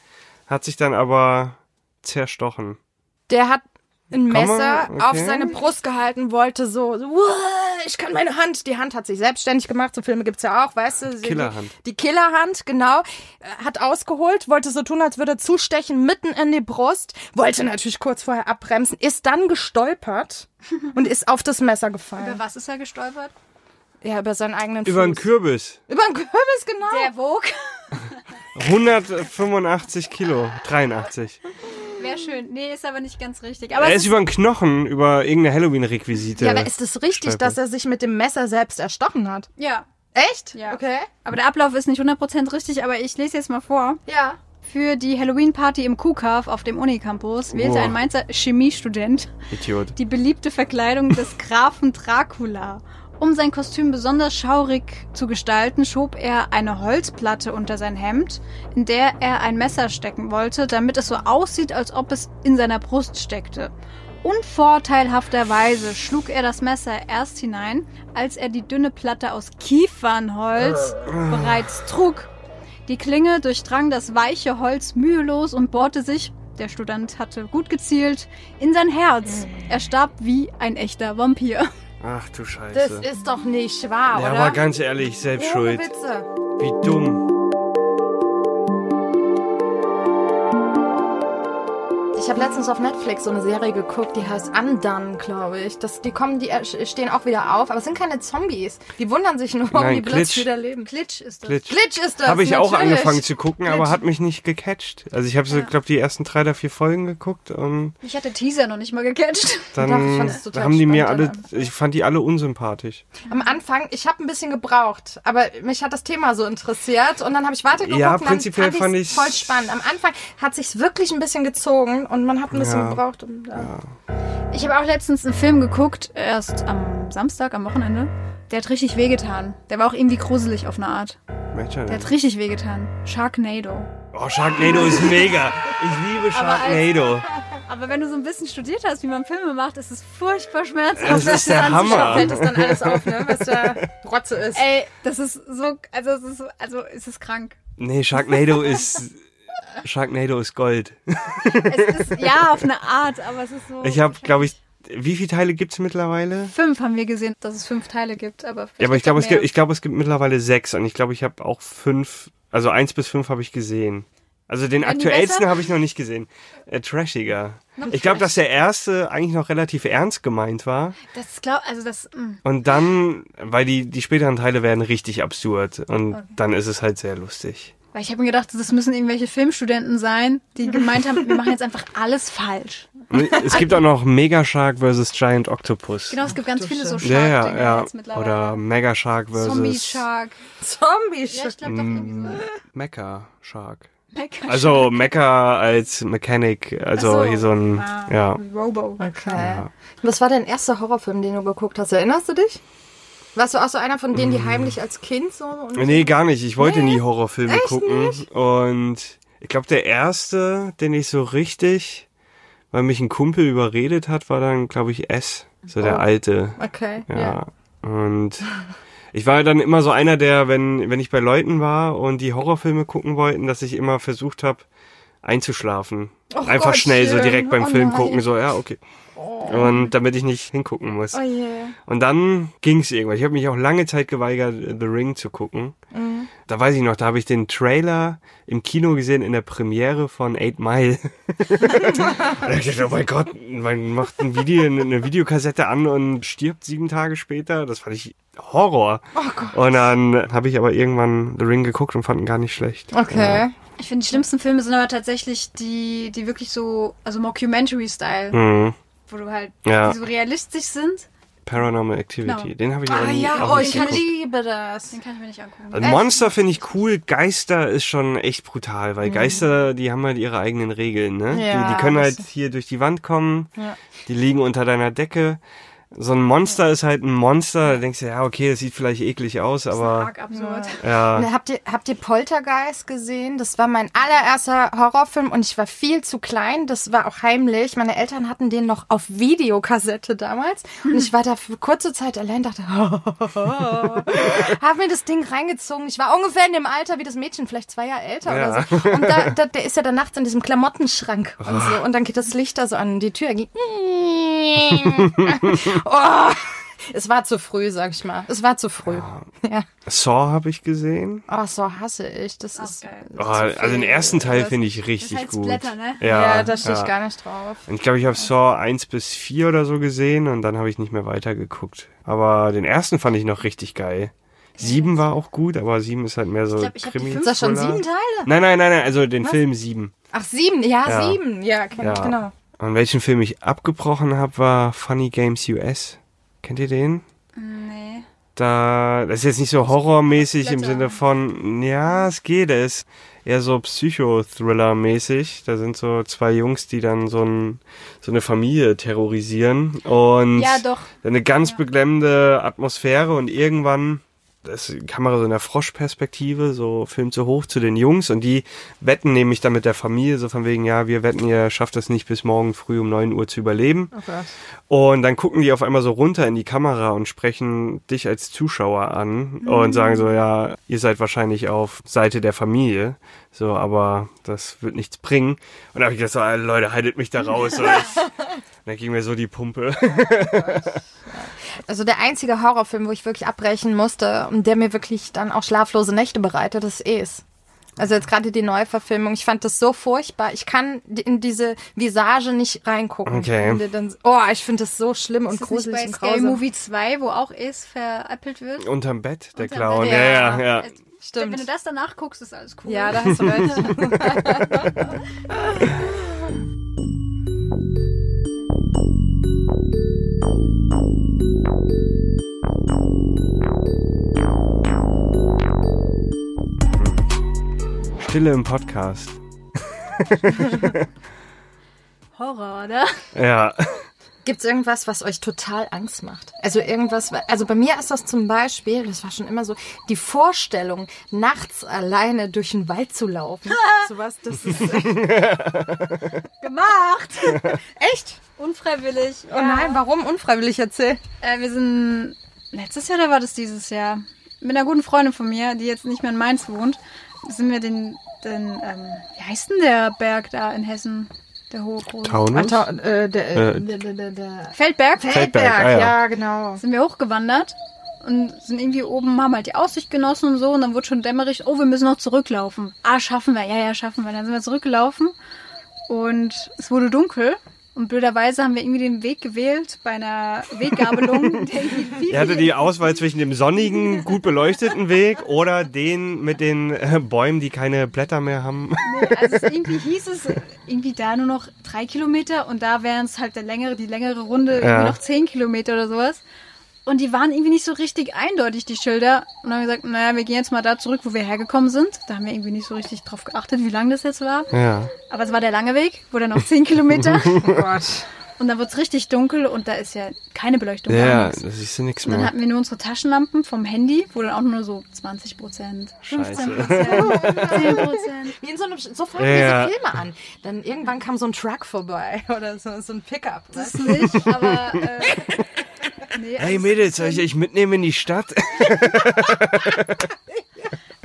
[SPEAKER 3] Hat sich dann aber zerstochen.
[SPEAKER 1] der hat ein
[SPEAKER 3] Kann man-
[SPEAKER 1] Messer auf
[SPEAKER 3] okay.
[SPEAKER 1] seine Brust gehalten, wollte so, so "Uah, ich kann meine Hand, die Hand hat sich selbstständig gemacht, so Filme gibt's ja auch, weißt du? so
[SPEAKER 3] Killerhand.
[SPEAKER 1] Die, die Killerhand, genau, äh, hat ausgeholt, wollte so tun, als würde er zustechen, mitten in die Brust, wollte natürlich kurz vorher abbremsen, ist dann gestolpert und ist auf das Messer
[SPEAKER 4] Über
[SPEAKER 1] gefallen.
[SPEAKER 4] was ist er gestolpert?
[SPEAKER 1] ja, über seinen eigenen
[SPEAKER 3] Über einen
[SPEAKER 1] Fuß.
[SPEAKER 3] Kürbis.
[SPEAKER 1] über den Kürbis, genau.
[SPEAKER 4] Der wog.
[SPEAKER 3] 185 Kilo. 83.
[SPEAKER 4] Wäre schön. Nee, ist aber nicht ganz richtig. Aber
[SPEAKER 3] Er
[SPEAKER 4] es
[SPEAKER 3] ist über einen Knochen, über irgendeine Halloween-Requisite.
[SPEAKER 1] ja, aber ist es richtig,
[SPEAKER 3] Stolpert.
[SPEAKER 1] dass er sich mit dem Messer selbst erstochen hat?
[SPEAKER 4] ja,
[SPEAKER 1] Echt?
[SPEAKER 4] Ja.
[SPEAKER 1] Okay.
[SPEAKER 4] Aber der Ablauf ist nicht 100% richtig, aber ich lese jetzt mal vor.
[SPEAKER 1] Ja.
[SPEAKER 4] für die Halloween-Party im Kuhkaff auf dem Unicampus wählte
[SPEAKER 3] Boah.
[SPEAKER 4] ein Mainzer Chemiestudent
[SPEAKER 3] Idiot.
[SPEAKER 4] die beliebte Verkleidung des Grafen Dracula. Um sein Kostüm besonders schaurig zu gestalten, schob er eine Holzplatte unter sein Hemd, in der er ein Messer stecken wollte, damit es so aussieht, als ob es in seiner Brust steckte. Unvorteilhafterweise schlug er das Messer erst hinein, als er die dünne Platte aus Kiefernholz bereits trug. Die Klinge durchdrang das weiche Holz mühelos und bohrte sich, der Student hatte gut gezielt, in sein Herz. Er starb wie ein echter Vampir.
[SPEAKER 3] Ach du Scheiße.
[SPEAKER 1] Das ist doch nicht wahr,
[SPEAKER 3] ja,
[SPEAKER 1] oder?
[SPEAKER 3] aber ganz ehrlich, selbst
[SPEAKER 1] Ohne
[SPEAKER 3] schuld.
[SPEAKER 1] Witze.
[SPEAKER 3] Wie dumm.
[SPEAKER 1] Ich habe letztens auf Netflix so eine Serie geguckt, die heißt Undone, glaube ich. Das, die kommen, die ersch- stehen auch wieder auf, aber es sind keine Zombies. Die wundern sich nur um
[SPEAKER 3] Nein,
[SPEAKER 1] die Blitz
[SPEAKER 3] Glitch.
[SPEAKER 1] wieder leben.
[SPEAKER 4] Glitch ist das.
[SPEAKER 3] Glitch.
[SPEAKER 1] Glitch ist das.
[SPEAKER 3] Habe ich auch
[SPEAKER 1] natürlich.
[SPEAKER 3] angefangen zu gucken, aber
[SPEAKER 1] Glitch.
[SPEAKER 3] hat mich nicht gecatcht. Also ich habe so, glaube die ersten drei oder vier Folgen geguckt und
[SPEAKER 4] Ich hatte Teaser noch nicht mal gecatcht.
[SPEAKER 1] Doch, ich
[SPEAKER 3] dann
[SPEAKER 1] fand es total
[SPEAKER 3] haben die mir alle,
[SPEAKER 1] spannend,
[SPEAKER 3] ich fand die alle unsympathisch.
[SPEAKER 1] Am Anfang, ich habe ein bisschen gebraucht, aber mich hat das Thema so interessiert und dann habe ich weitergeguckt
[SPEAKER 3] Ja,
[SPEAKER 1] und
[SPEAKER 3] prinzipiell
[SPEAKER 1] dann
[SPEAKER 3] fand
[SPEAKER 1] fand ich
[SPEAKER 3] ich's-
[SPEAKER 1] voll spannend. Am Anfang hat sich's wirklich ein bisschen gezogen und man hat ein bisschen
[SPEAKER 3] Ja.
[SPEAKER 1] gebraucht. Um, ja.
[SPEAKER 4] Ich habe auch letztens einen Film geguckt, erst am Samstag, am Wochenende. Der hat richtig wehgetan. Der war auch irgendwie gruselig auf eine Art.
[SPEAKER 3] Mensch, ja
[SPEAKER 4] Der
[SPEAKER 3] nicht.
[SPEAKER 4] hat richtig wehgetan. Sharknado.
[SPEAKER 3] Oh, Sharknado ist mega. Ich liebe Sharknado.
[SPEAKER 4] Aber wenn du so ein bisschen studiert hast, wie man Filme macht, ist es furchtbar schmerzhaft.
[SPEAKER 3] Das ist der Hammer.
[SPEAKER 1] Fällt das dann alles auf, ne? was da Rotze ist.
[SPEAKER 4] Ey, das ist so, also es ist so, also es ist krank.
[SPEAKER 3] Nee, Sharknado ist Sharknado ist Gold.
[SPEAKER 4] Es ist, ja, auf eine Art, aber es ist so.
[SPEAKER 3] Ich habe, glaube ich, wie viele Teile gibt's mittlerweile?
[SPEAKER 4] Fünf haben wir gesehen, dass es fünf Teile gibt, aber.
[SPEAKER 3] Ja, aber ich glaube, es
[SPEAKER 4] mehr.
[SPEAKER 3] gibt, ich glaube, es gibt mittlerweile sechs und ich glaube, ich habe auch fünf, also eins bis fünf habe ich gesehen. Also den
[SPEAKER 4] Werden die
[SPEAKER 3] aktuellsten
[SPEAKER 4] besser?
[SPEAKER 3] habe ich noch nicht gesehen. Äh, trashiger. Ich glaube, dass der erste eigentlich noch relativ ernst gemeint war.
[SPEAKER 4] Das glaub, also das. Mh.
[SPEAKER 3] Und dann, weil die, die späteren Teile werden richtig absurd. Und dann ist es halt sehr lustig.
[SPEAKER 4] Weil ich habe mir gedacht, das müssen irgendwelche Filmstudenten sein, die gemeint haben, wir machen jetzt einfach alles falsch.
[SPEAKER 3] Und es gibt auch noch Mega Shark vs. Giant Octopus.
[SPEAKER 4] Genau, es gibt ganz viele so Shark-Dinger
[SPEAKER 3] Ja, ja,
[SPEAKER 4] jetzt
[SPEAKER 3] ja.
[SPEAKER 4] mittlerweile.
[SPEAKER 3] Oder Mega Shark
[SPEAKER 4] Zombie
[SPEAKER 3] vs.
[SPEAKER 4] Shark.
[SPEAKER 1] Zombie.
[SPEAKER 4] Ja, ich glaube doch irgendwie
[SPEAKER 3] Hm.
[SPEAKER 4] so.
[SPEAKER 3] Mecha Shark.
[SPEAKER 4] Mecha
[SPEAKER 3] Also Mecha als Mechanic, also
[SPEAKER 4] Ach so.
[SPEAKER 3] hier so ein,
[SPEAKER 4] Ah,
[SPEAKER 3] ja.
[SPEAKER 4] Robo.
[SPEAKER 1] Okay. Was war dein erster Horrorfilm, den du geguckt hast? Erinnerst du dich? Warst du auch so einer von denen, die heimlich als Kind so? Und
[SPEAKER 3] Nee, gar nicht. Ich wollte nie Horrorfilme
[SPEAKER 1] echt
[SPEAKER 3] gucken. Und ich glaube, der erste, den ich so richtig, weil mich ein Kumpel überredet hat, war dann, glaube ich, S. So
[SPEAKER 4] Oh.
[SPEAKER 3] der alte.
[SPEAKER 1] Okay.
[SPEAKER 3] Ja. Und ich war dann immer so einer, der, wenn, wenn ich bei Leuten war und die Horrorfilme gucken wollten, dass ich immer versucht habe, einzuschlafen.
[SPEAKER 1] Och
[SPEAKER 3] Einfach
[SPEAKER 1] Gottchen.
[SPEAKER 3] schnell, so direkt beim
[SPEAKER 1] Oh
[SPEAKER 3] Film
[SPEAKER 1] nein.
[SPEAKER 3] gucken, so, ja, okay. Und damit ich nicht hingucken muss.
[SPEAKER 1] Oh je.
[SPEAKER 3] Und dann ging's irgendwann. Ich habe mich auch lange Zeit geweigert, äh, The Ring zu gucken.
[SPEAKER 1] Mhm.
[SPEAKER 3] Da weiß ich noch, da habe ich den Trailer im Kino gesehen in der Premiere von Eight Mile. und da hab ich dachte, oh mein Gott, man macht ein Video, eine Videokassette an und stirbt sieben Tage später. Das fand ich Horror.
[SPEAKER 1] Oh
[SPEAKER 3] und dann habe ich aber irgendwann The Ring geguckt und fand ihn gar nicht schlecht.
[SPEAKER 1] Okay.
[SPEAKER 4] Ich finde, die schlimmsten Filme sind aber tatsächlich die, die wirklich so, also Mockumentary-Style,
[SPEAKER 3] Mhm.
[SPEAKER 4] wo du halt,
[SPEAKER 3] Ja.
[SPEAKER 4] die so realistisch sind.
[SPEAKER 3] Paranormal Activity.
[SPEAKER 4] Genau.
[SPEAKER 3] Den habe ich aber
[SPEAKER 1] Ah
[SPEAKER 3] nie-
[SPEAKER 1] ja,
[SPEAKER 3] auch
[SPEAKER 1] oh,
[SPEAKER 3] nicht
[SPEAKER 1] ich
[SPEAKER 3] geguckt.
[SPEAKER 1] liebe das.
[SPEAKER 4] Den kann ich mir nicht angucken.
[SPEAKER 3] Also Monster finde ich cool, Geister ist schon echt brutal, weil Geister, die haben halt ihre eigenen Regeln, ne?
[SPEAKER 1] Mhm. Ja,
[SPEAKER 3] die, die können
[SPEAKER 1] das-
[SPEAKER 3] halt hier durch die Wand kommen,
[SPEAKER 1] Ja.
[SPEAKER 3] die liegen unter deiner Decke. So ein Monster ist halt ein Monster, da denkst du, ja, okay, das sieht vielleicht eklig aus, aber
[SPEAKER 4] Arg absurd.
[SPEAKER 3] äh, ja,
[SPEAKER 1] Ne, Habt ihr, habt ihr Poltergeist gesehen? Das war mein allererster Horrorfilm und ich war viel zu klein. Das war auch heimlich. Meine Eltern hatten den noch auf Videokassette damals und ich war da für kurze Zeit allein, dachte, hab mir das Ding reingezogen. Ich war ungefähr in dem Alter wie das Mädchen, vielleicht zwei Jahre älter
[SPEAKER 3] Ja. Oh.
[SPEAKER 1] oder so. Und da, da, der ist ja dann nachts in diesem Klamottenschrank und so. Und dann geht das Licht da so an die Tür. Ging, oh, es war zu früh, sag ich mal. Es war zu früh. ja.
[SPEAKER 3] Saw habe ich gesehen.
[SPEAKER 1] Oh, so hasse ich. Das ist.
[SPEAKER 4] geil.
[SPEAKER 3] Oh, also den ersten Teil
[SPEAKER 1] Das-
[SPEAKER 3] finde ich richtig
[SPEAKER 4] halt
[SPEAKER 3] gut.
[SPEAKER 4] Splatter, ne?
[SPEAKER 1] Ja, da stehe ich
[SPEAKER 3] ja.
[SPEAKER 1] gar nicht drauf.
[SPEAKER 3] Und ich glaube, ich habe Saw 1 bis 4 oder so gesehen und dann habe ich nicht mehr weitergeguckt. Aber den ersten fand ich noch richtig geil. 7 war auch gut, aber 7 ist halt mehr so
[SPEAKER 4] glaub, ich hab die
[SPEAKER 3] Krimi.
[SPEAKER 4] fünf-
[SPEAKER 1] Ist das schon
[SPEAKER 3] Thriller.
[SPEAKER 1] sieben Teile?
[SPEAKER 3] Nein, nein, nein, nein, also den Film 7.
[SPEAKER 1] Ach, sieben, ja,
[SPEAKER 3] Ja.
[SPEAKER 1] sieben. Ja, kenn
[SPEAKER 3] Ja.
[SPEAKER 1] ich, genau.
[SPEAKER 3] Und welchen Film ich abgebrochen habe, war Funny Games US. Kennt ihr den?
[SPEAKER 4] Hm, Nee.
[SPEAKER 3] Da, das ist jetzt nicht so horrormäßig im
[SPEAKER 4] Blätter.
[SPEAKER 3] Sinne von, ja, es geht es. eher so Psychothriller-mäßig. Da sind so zwei Jungs, die dann so, ein, so eine Familie terrorisieren und
[SPEAKER 5] Ja, doch.
[SPEAKER 3] eine ganz beklemmende Atmosphäre und irgendwann das ist die Kamera so in der Froschperspektive, so filmt so hoch zu den Jungs und die wetten nämlich dann mit der Familie, so von wegen, ja, wir wetten, ihr schafft das nicht bis morgen früh um 9 Uhr zu überleben. Und dann gucken die auf einmal so runter in die Kamera und sprechen dich als Zuschauer an und sagen so, ja, ihr seid wahrscheinlich auf Seite der Familie, so, aber das wird nichts bringen. Und da habe ich gesagt, so, ah, Leute, haltet mich da raus. So, ich, dann ging mir so die Pumpe.
[SPEAKER 1] Also der einzige Horrorfilm, wo ich wirklich abbrechen musste und der mir wirklich dann auch schlaflose Nächte bereitet, ist Es. Also jetzt gerade die Neuverfilmung, ich fand das so furchtbar. Ich kann di- in diese Visage nicht reingucken.
[SPEAKER 3] Okay.
[SPEAKER 1] Ich finde Dann, oh, ich finde das so schlimm und
[SPEAKER 4] Ist das nicht
[SPEAKER 1] gruselig
[SPEAKER 4] bei
[SPEAKER 1] und
[SPEAKER 4] Scary
[SPEAKER 1] grausam.
[SPEAKER 4] Movie 2, wo auch es veräppelt wird?
[SPEAKER 3] Unterm Bett, Oh, der
[SPEAKER 4] Unterm
[SPEAKER 3] Clown.
[SPEAKER 4] Bett.
[SPEAKER 3] Ja, ja, ja.
[SPEAKER 4] Es-
[SPEAKER 1] Stimmt.
[SPEAKER 4] Wenn du das danach guckst, ist alles cool.
[SPEAKER 1] Ja, da hast du recht.
[SPEAKER 3] Stille im Podcast.
[SPEAKER 4] Horror, oder?
[SPEAKER 3] Ja.
[SPEAKER 1] Gibt's irgendwas, was euch total Angst macht? Also irgendwas, also bei mir ist das zum Beispiel, das war schon immer so, die Vorstellung, nachts alleine durch den Wald zu laufen. Sowas, das ist oh
[SPEAKER 4] Gemacht!
[SPEAKER 1] echt.
[SPEAKER 4] Unfreiwillig.
[SPEAKER 1] Oh nein, warum unfreiwillig erzählen?
[SPEAKER 4] Äh, wir sind letztes Jahr oder war das dieses Jahr? Mit einer guten Freundin von mir, die jetzt nicht mehr in Mainz wohnt, sind wir den, den ähm, wie heißt denn der Berg da in Hessen? Der hohe große.
[SPEAKER 3] Taunus?
[SPEAKER 1] äh, der,
[SPEAKER 3] Äh,
[SPEAKER 1] der, der, der, der
[SPEAKER 4] Feldberg?
[SPEAKER 3] Feldberg, ah ja.
[SPEAKER 1] ja, genau.
[SPEAKER 4] Sind wir hochgewandert und sind irgendwie oben, haben halt die Aussicht genossen und so und dann wurde schon dämmerig, oh, wir müssen noch zurücklaufen. Ah, schaffen wir, ja, ja, schaffen wir. Dann sind wir zurückgelaufen und es wurde dunkel. Und blöderweise haben wir irgendwie den Weg gewählt bei einer Weggabelung. der irgendwie viel,
[SPEAKER 3] Er hatte die Auswahl zwischen dem sonnigen, gut beleuchteten Weg oder den mit den äh, Bäumen, die keine Blätter mehr haben.
[SPEAKER 4] Also es irgendwie hieß es irgendwie da nur noch drei Kilometer und da wären es halt der längere, die längere Runde
[SPEAKER 3] Ja.
[SPEAKER 4] irgendwie noch zehn Kilometer oder sowas. Und die waren irgendwie nicht so richtig eindeutig, die Schilder. Und dann haben wir gesagt, naja, wir gehen jetzt mal da zurück, wo wir hergekommen sind. Da haben wir irgendwie nicht so richtig drauf geachtet, wie lang das jetzt war.
[SPEAKER 3] Ja.
[SPEAKER 4] Aber es war der lange Weg, wurde noch zehn Kilometer.
[SPEAKER 1] Oh Gott.
[SPEAKER 4] Und dann wurde es richtig dunkel und da ist ja keine Beleuchtung. gar
[SPEAKER 3] Ja,
[SPEAKER 4] nichts.
[SPEAKER 3] das ist ja nichts
[SPEAKER 4] Und dann
[SPEAKER 3] mehr.
[SPEAKER 4] hatten wir nur unsere Taschenlampen vom Handy, wo dann auch nur so 20 Prozent, 15
[SPEAKER 3] Scheiße.
[SPEAKER 4] Prozent, 10 Prozent.
[SPEAKER 1] Wie in so einem, so fangen
[SPEAKER 3] Ja.
[SPEAKER 1] diese Filme an. Dann irgendwann kam so ein Truck vorbei oder so, so ein Pickup.
[SPEAKER 4] Das nicht, aber. Äh, nee,
[SPEAKER 3] Hey
[SPEAKER 4] also-
[SPEAKER 3] Mädels, soll ich euch mitnehmen in die Stadt?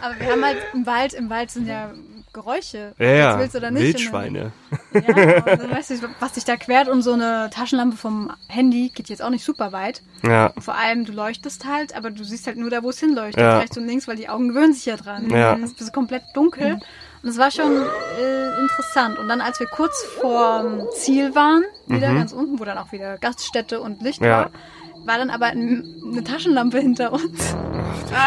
[SPEAKER 4] Aber wir haben halt im Wald, im Wald sind ja Geräusche. ob
[SPEAKER 3] Ja,
[SPEAKER 4] du jetzt
[SPEAKER 3] ja.
[SPEAKER 4] Willst du oder nicht?
[SPEAKER 3] Wildschweine.
[SPEAKER 4] Und Dann, ja, aber dann weißt du, was dich da quert um so eine Taschenlampe vom Handy geht jetzt auch nicht super weit.
[SPEAKER 3] Ja.
[SPEAKER 4] Und vor allem, du leuchtest halt, aber du siehst halt nur da, wo es hinleuchtet.
[SPEAKER 3] Ja.
[SPEAKER 4] Rechts und links, weil die Augen gewöhnen sich ja dran.
[SPEAKER 3] Ja.
[SPEAKER 4] Dann bist du komplett dunkel.
[SPEAKER 3] Mhm.
[SPEAKER 4] Und es war schon äh, interessant. Und dann, als wir kurz vorm Ziel waren, wieder ganz unten, wo dann auch wieder Gaststätte und Licht
[SPEAKER 3] Mhm. Ja.
[SPEAKER 4] war, war dann aber ein, eine Taschenlampe hinter uns. Ah.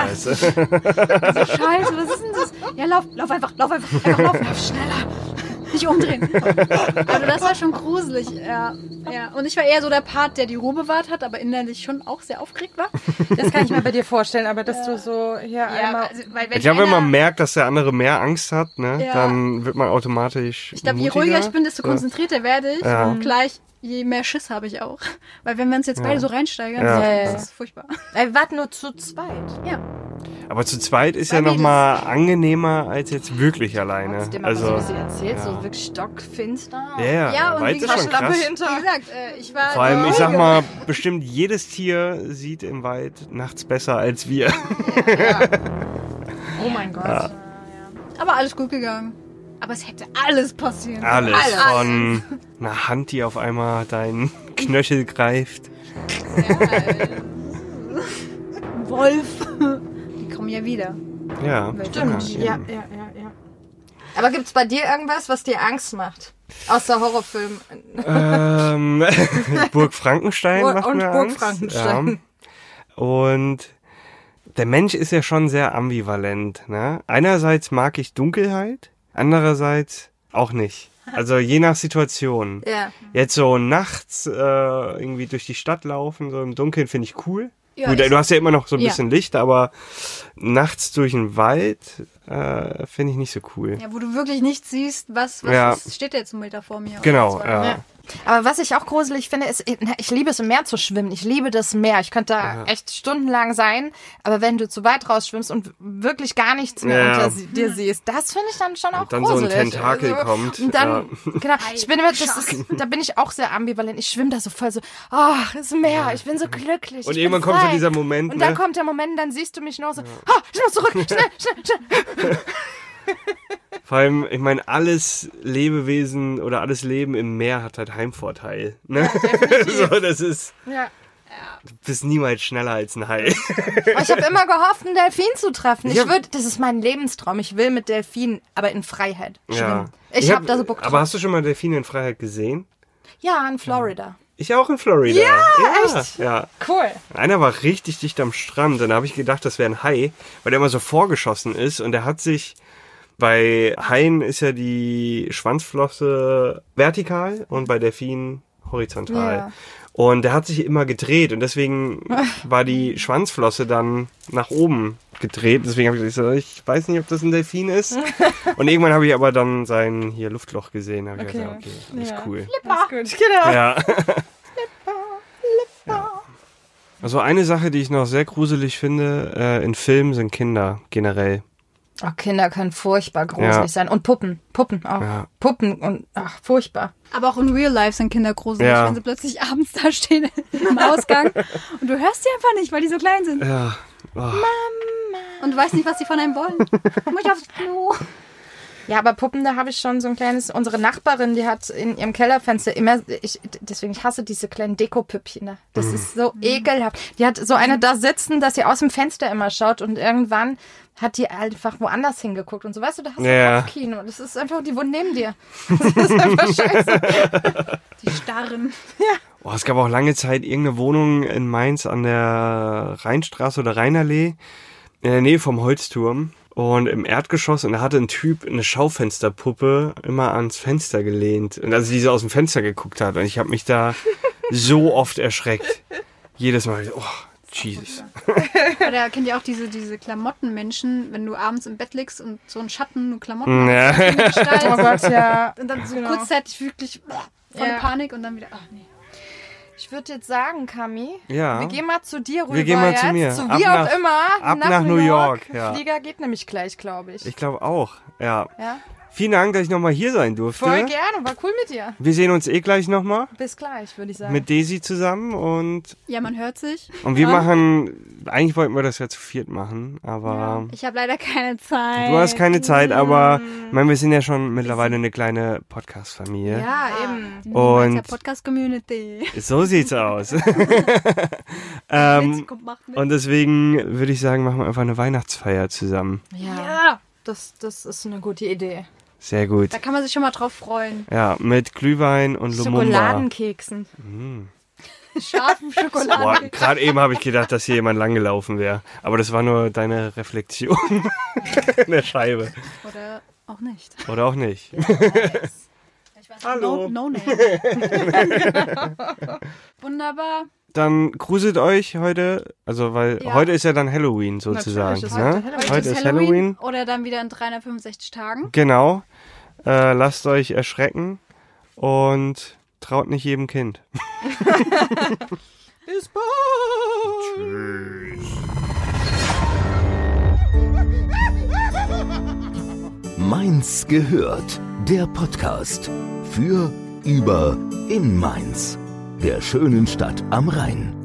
[SPEAKER 4] Also
[SPEAKER 3] Scheiße.
[SPEAKER 4] Scheiße, was ist denn das? Ja, lauf, lauf einfach, lauf einfach, einfach lauf, lauf schneller. Nicht umdrehen. Also das war schon gruselig, ja, ja. Und ich war eher so der Part, der die Ruhe bewahrt hat, aber innerlich schon auch sehr aufgeregt war.
[SPEAKER 1] Das kann ich mir bei dir vorstellen, aber dass du so hier
[SPEAKER 4] Ja,
[SPEAKER 1] einmal...
[SPEAKER 4] also, weil wenn
[SPEAKER 3] Ich glaube, wenn
[SPEAKER 4] einer-
[SPEAKER 3] man merkt, dass der andere mehr Angst hat, ne,
[SPEAKER 4] Ja.
[SPEAKER 3] dann wird man automatisch.
[SPEAKER 4] Ich glaube, je
[SPEAKER 3] mutiger.
[SPEAKER 4] ruhiger ich bin, desto
[SPEAKER 3] Ja.
[SPEAKER 4] konzentrierter werde ich.
[SPEAKER 3] Ja.
[SPEAKER 4] Und gleich, je mehr Schiss habe ich auch. Weil wenn wir uns jetzt beide so reinsteigern,
[SPEAKER 3] Ja.
[SPEAKER 4] das ist furchtbar.
[SPEAKER 1] Ey, wir warten nur zu zweit.
[SPEAKER 3] Aber zu zweit ist
[SPEAKER 4] Bei
[SPEAKER 3] ja
[SPEAKER 4] Mädels.
[SPEAKER 3] nochmal angenehmer als jetzt wirklich alleine.
[SPEAKER 1] Trotzdem, aber so wie
[SPEAKER 3] Also,
[SPEAKER 1] sie erzählt, so
[SPEAKER 3] ja.
[SPEAKER 1] wirklich stockfinster.
[SPEAKER 3] ja, ja,
[SPEAKER 4] Ja, und
[SPEAKER 3] Wald
[SPEAKER 4] wie
[SPEAKER 3] ist schon
[SPEAKER 1] Taschenlampe
[SPEAKER 3] krass.
[SPEAKER 4] Wie
[SPEAKER 1] hinter.
[SPEAKER 4] gesagt, äh, ich war
[SPEAKER 3] Vor allem,
[SPEAKER 1] Also
[SPEAKER 4] so-
[SPEAKER 3] ich sag mal, bestimmt jedes Tier sieht im Wald nachts besser als wir.
[SPEAKER 1] Oh mein Gott.
[SPEAKER 4] aber alles gut gegangen. Aber es hätte alles passieren können.
[SPEAKER 3] Alles von einer Hand, die auf einmal deinen Knöchel greift.
[SPEAKER 4] Wolf. Die kommen ja wieder.
[SPEAKER 3] Ja,
[SPEAKER 1] Stimmt, ja,
[SPEAKER 3] eben.
[SPEAKER 1] ja, ja, ja. Aber gibt's bei dir irgendwas, was dir Angst macht? Außer Horrorfilm.
[SPEAKER 3] Ähm, Burg Frankenstein
[SPEAKER 1] Bur-
[SPEAKER 3] macht
[SPEAKER 1] und
[SPEAKER 3] mir
[SPEAKER 1] Burg
[SPEAKER 3] Angst.
[SPEAKER 1] Frankenstein.
[SPEAKER 3] Ja. Und der Mensch ist ja schon sehr ambivalent. Ne? Einerseits mag ich Dunkelheit, andererseits auch nicht. Also je nach Situation.
[SPEAKER 1] Ja.
[SPEAKER 3] Jetzt so nachts äh, irgendwie durch die Stadt laufen, so im Dunkeln finde ich cool.
[SPEAKER 6] Ja,
[SPEAKER 3] Gut,
[SPEAKER 6] ich-
[SPEAKER 3] du hast ja immer noch so ein
[SPEAKER 6] Ja.
[SPEAKER 3] bisschen Licht, aber nachts durch den Wald äh, finde ich nicht so cool.
[SPEAKER 6] Ja, wo du wirklich nichts siehst, was, was
[SPEAKER 3] Ja.
[SPEAKER 6] ist, steht da jetzt ein Meter vor mir?
[SPEAKER 3] Genau,
[SPEAKER 6] Oder
[SPEAKER 3] ja.
[SPEAKER 6] was
[SPEAKER 1] Ja. Aber was ich auch gruselig finde, ist, ich- na, ich liebe es im Meer zu schwimmen. Ich liebe das Meer. Ich könnte da echt stundenlang sein. Aber wenn du zu weit rausschwimmt und wirklich gar nichts mehr
[SPEAKER 3] Ja.
[SPEAKER 1] unter si- dir siehst, das finde ich dann schon auch
[SPEAKER 3] Und dann so ein
[SPEAKER 1] gruselig. Also,
[SPEAKER 3] Tentakel kommt,
[SPEAKER 1] Und dann, genau, ich bin immer, das ist,
[SPEAKER 6] Schock.
[SPEAKER 1] da bin ich auch sehr ambivalent. Ich schwimme da so voll so, ach, das Meer, ich bin so glücklich.
[SPEAKER 3] Und
[SPEAKER 1] ich
[SPEAKER 3] irgendwann
[SPEAKER 1] bin
[SPEAKER 3] kommt so
[SPEAKER 1] frei.
[SPEAKER 3] dieser Moment,
[SPEAKER 1] Und dann
[SPEAKER 3] ne?
[SPEAKER 1] kommt der Moment, dann siehst du mich nur so, ah, ich muss zurück, schnell, schnell, schnell.
[SPEAKER 3] Vor allem, ich meine, alles Lebewesen oder alles Leben im Meer hat halt Heimvorteil. Ne? so, das ist,
[SPEAKER 1] Ja.
[SPEAKER 3] du bist niemals schneller als ein Hai.
[SPEAKER 1] Aber ich habe immer gehofft, einen Delfin zu treffen.
[SPEAKER 3] Ich
[SPEAKER 1] Ich,
[SPEAKER 3] hab-
[SPEAKER 1] würde, das ist mein Lebenstraum. Ich will mit Delfinen, aber in Freiheit schwimmen. Ich, hab habe da so Bock drauf.
[SPEAKER 3] Aber hast du schon mal Delfine in Freiheit gesehen?
[SPEAKER 1] ja, in Florida.
[SPEAKER 3] Ich auch in Florida. Ja,
[SPEAKER 1] echt?
[SPEAKER 3] Ja.
[SPEAKER 1] Cool.
[SPEAKER 3] Einer war richtig dicht am Strand und da habe ich gedacht, das wäre ein Hai, weil der immer so vorgeschossen ist und der hat sich bei Haien ist ja die Schwanzflosse vertikal und bei Delfinen horizontal.
[SPEAKER 1] Ja.
[SPEAKER 3] Und der hat sich immer gedreht und deswegen war die Schwanzflosse dann nach oben gedreht. Deswegen habe ich gesagt, ich weiß nicht, ob das ein Delfin ist. Und irgendwann habe ich aber dann sein hier Luftloch gesehen. Da Hab ich
[SPEAKER 1] Okay.
[SPEAKER 3] gedacht, okay, alles
[SPEAKER 1] Ja.
[SPEAKER 3] cool.
[SPEAKER 1] Alles gut, genau.
[SPEAKER 3] Ja. Ja. Also eine Sache, die ich noch sehr gruselig finde, äh, in Filmen sind Kinder generell.
[SPEAKER 1] Oh, Kinder können furchtbar gruselig
[SPEAKER 3] Ja.
[SPEAKER 1] sein. Und Puppen. Puppen auch.
[SPEAKER 3] Ja.
[SPEAKER 1] Puppen und ach, furchtbar.
[SPEAKER 6] Aber auch in Real Life sind Kinder gruselig,
[SPEAKER 3] Ja.
[SPEAKER 6] wenn sie plötzlich abends da stehen im Ausgang und du hörst sie einfach nicht, weil die so klein sind
[SPEAKER 3] Ja. Oh,
[SPEAKER 6] und du weißt nicht, was sie von einem wollen. Muss ich aufs Klo?
[SPEAKER 1] Ja, aber Puppen, da habe ich schon so ein kleines. Unsere Nachbarin, die hat in ihrem Kellerfenster immer. Ich, deswegen, ich hasse diese kleinen Dekopüppchen da. Das
[SPEAKER 3] Mhm.
[SPEAKER 1] ist so ekelhaft. Die hat so eine da sitzen, dass sie aus dem Fenster immer schaut und irgendwann hat die einfach woanders hingeguckt und so. Weißt du, da hast du
[SPEAKER 3] Ja.
[SPEAKER 1] ein Kopfkino. Das ist einfach, die wohnen neben dir. Das ist einfach scheiße.
[SPEAKER 6] Die starren.
[SPEAKER 3] oh, es gab auch lange Zeit irgendeine Wohnung in Mainz an der Rheinstraße oder Rheinallee in der Nähe vom Holzturm und im Erdgeschoss und da hatte ein Typ eine Schaufensterpuppe immer ans Fenster gelehnt und also diese aus dem Fenster geguckt hat und ich habe mich da so oft erschreckt. Jedes Mal, oh, Jesus.
[SPEAKER 6] Oder kennt ihr auch diese, diese Klamottenmenschen, wenn du abends im Bett liegst und so einen Schatten, nur Klamotten
[SPEAKER 3] Ja.
[SPEAKER 1] Oh
[SPEAKER 6] gestaltet,
[SPEAKER 1] Gott, ja. Genau.
[SPEAKER 6] kurzzeitig wirklich boah, von
[SPEAKER 1] Ja.
[SPEAKER 6] Panik und dann wieder, ach nee.
[SPEAKER 1] Ich würde jetzt sagen, Kami,
[SPEAKER 3] Ja.
[SPEAKER 1] wir gehen mal zu dir rüber.
[SPEAKER 3] Wir gehen mal
[SPEAKER 1] jetzt,
[SPEAKER 3] zu mir.
[SPEAKER 1] Zu
[SPEAKER 3] Ab
[SPEAKER 1] wie auch
[SPEAKER 3] nach-
[SPEAKER 1] immer.
[SPEAKER 3] ab nach New York, ja.
[SPEAKER 1] Flieger geht nämlich gleich, glaube ich.
[SPEAKER 3] Ich glaube auch, ja.
[SPEAKER 1] Ja.
[SPEAKER 3] Vielen Dank, dass ich nochmal hier sein durfte.
[SPEAKER 1] Voll gerne, war cool mit dir.
[SPEAKER 3] Wir sehen uns eh gleich nochmal
[SPEAKER 1] Bis gleich, würde ich sagen.
[SPEAKER 3] mit Daisy zusammen und,
[SPEAKER 6] Ja, man hört sich.
[SPEAKER 3] und wir machen, eigentlich wollten wir das ja zu viert machen, aber
[SPEAKER 6] Ich habe leider keine Zeit.
[SPEAKER 3] du hast keine Zeit, aber ich meine, wir sind ja schon mittlerweile eine kleine Podcast-Familie.
[SPEAKER 1] ja, eben.
[SPEAKER 6] Und der
[SPEAKER 3] Und
[SPEAKER 6] Podcast-Community.
[SPEAKER 3] so sieht's aus. ähm,
[SPEAKER 6] Kommt, macht mit.
[SPEAKER 3] und deswegen würde ich sagen, machen wir einfach eine Weihnachtsfeier zusammen.
[SPEAKER 1] Ja,
[SPEAKER 6] Ja,
[SPEAKER 1] Das, das ist eine gute Idee.
[SPEAKER 3] Sehr gut.
[SPEAKER 6] da kann man sich schon mal drauf freuen.
[SPEAKER 3] Ja, mit Glühwein und Lumumba.
[SPEAKER 1] Schokoladenkeksen.
[SPEAKER 6] Scharfen
[SPEAKER 3] Boah,
[SPEAKER 6] Schokolade.
[SPEAKER 3] gerade eben habe ich gedacht, dass hier jemand langgelaufen wäre. Aber das war nur deine Reflexion in der Scheibe.
[SPEAKER 6] Oder auch nicht.
[SPEAKER 3] Oder auch nicht. Hallo.
[SPEAKER 6] No, no name. Wunderbar.
[SPEAKER 3] Dann gruselt euch heute, also weil
[SPEAKER 6] Ja.
[SPEAKER 3] heute ist ja dann Halloween sozusagen.
[SPEAKER 1] ist
[SPEAKER 3] ne?
[SPEAKER 1] heute Halloween.
[SPEAKER 3] Heute ist Halloween.
[SPEAKER 6] Oder dann wieder in 365 Tagen.
[SPEAKER 3] Genau. Äh, lasst euch erschrecken und traut nicht jedem Kind.
[SPEAKER 1] Bis bald.
[SPEAKER 2] Mainz gehört, der Podcast für, über, in Mainz, der schönen Stadt am Rhein.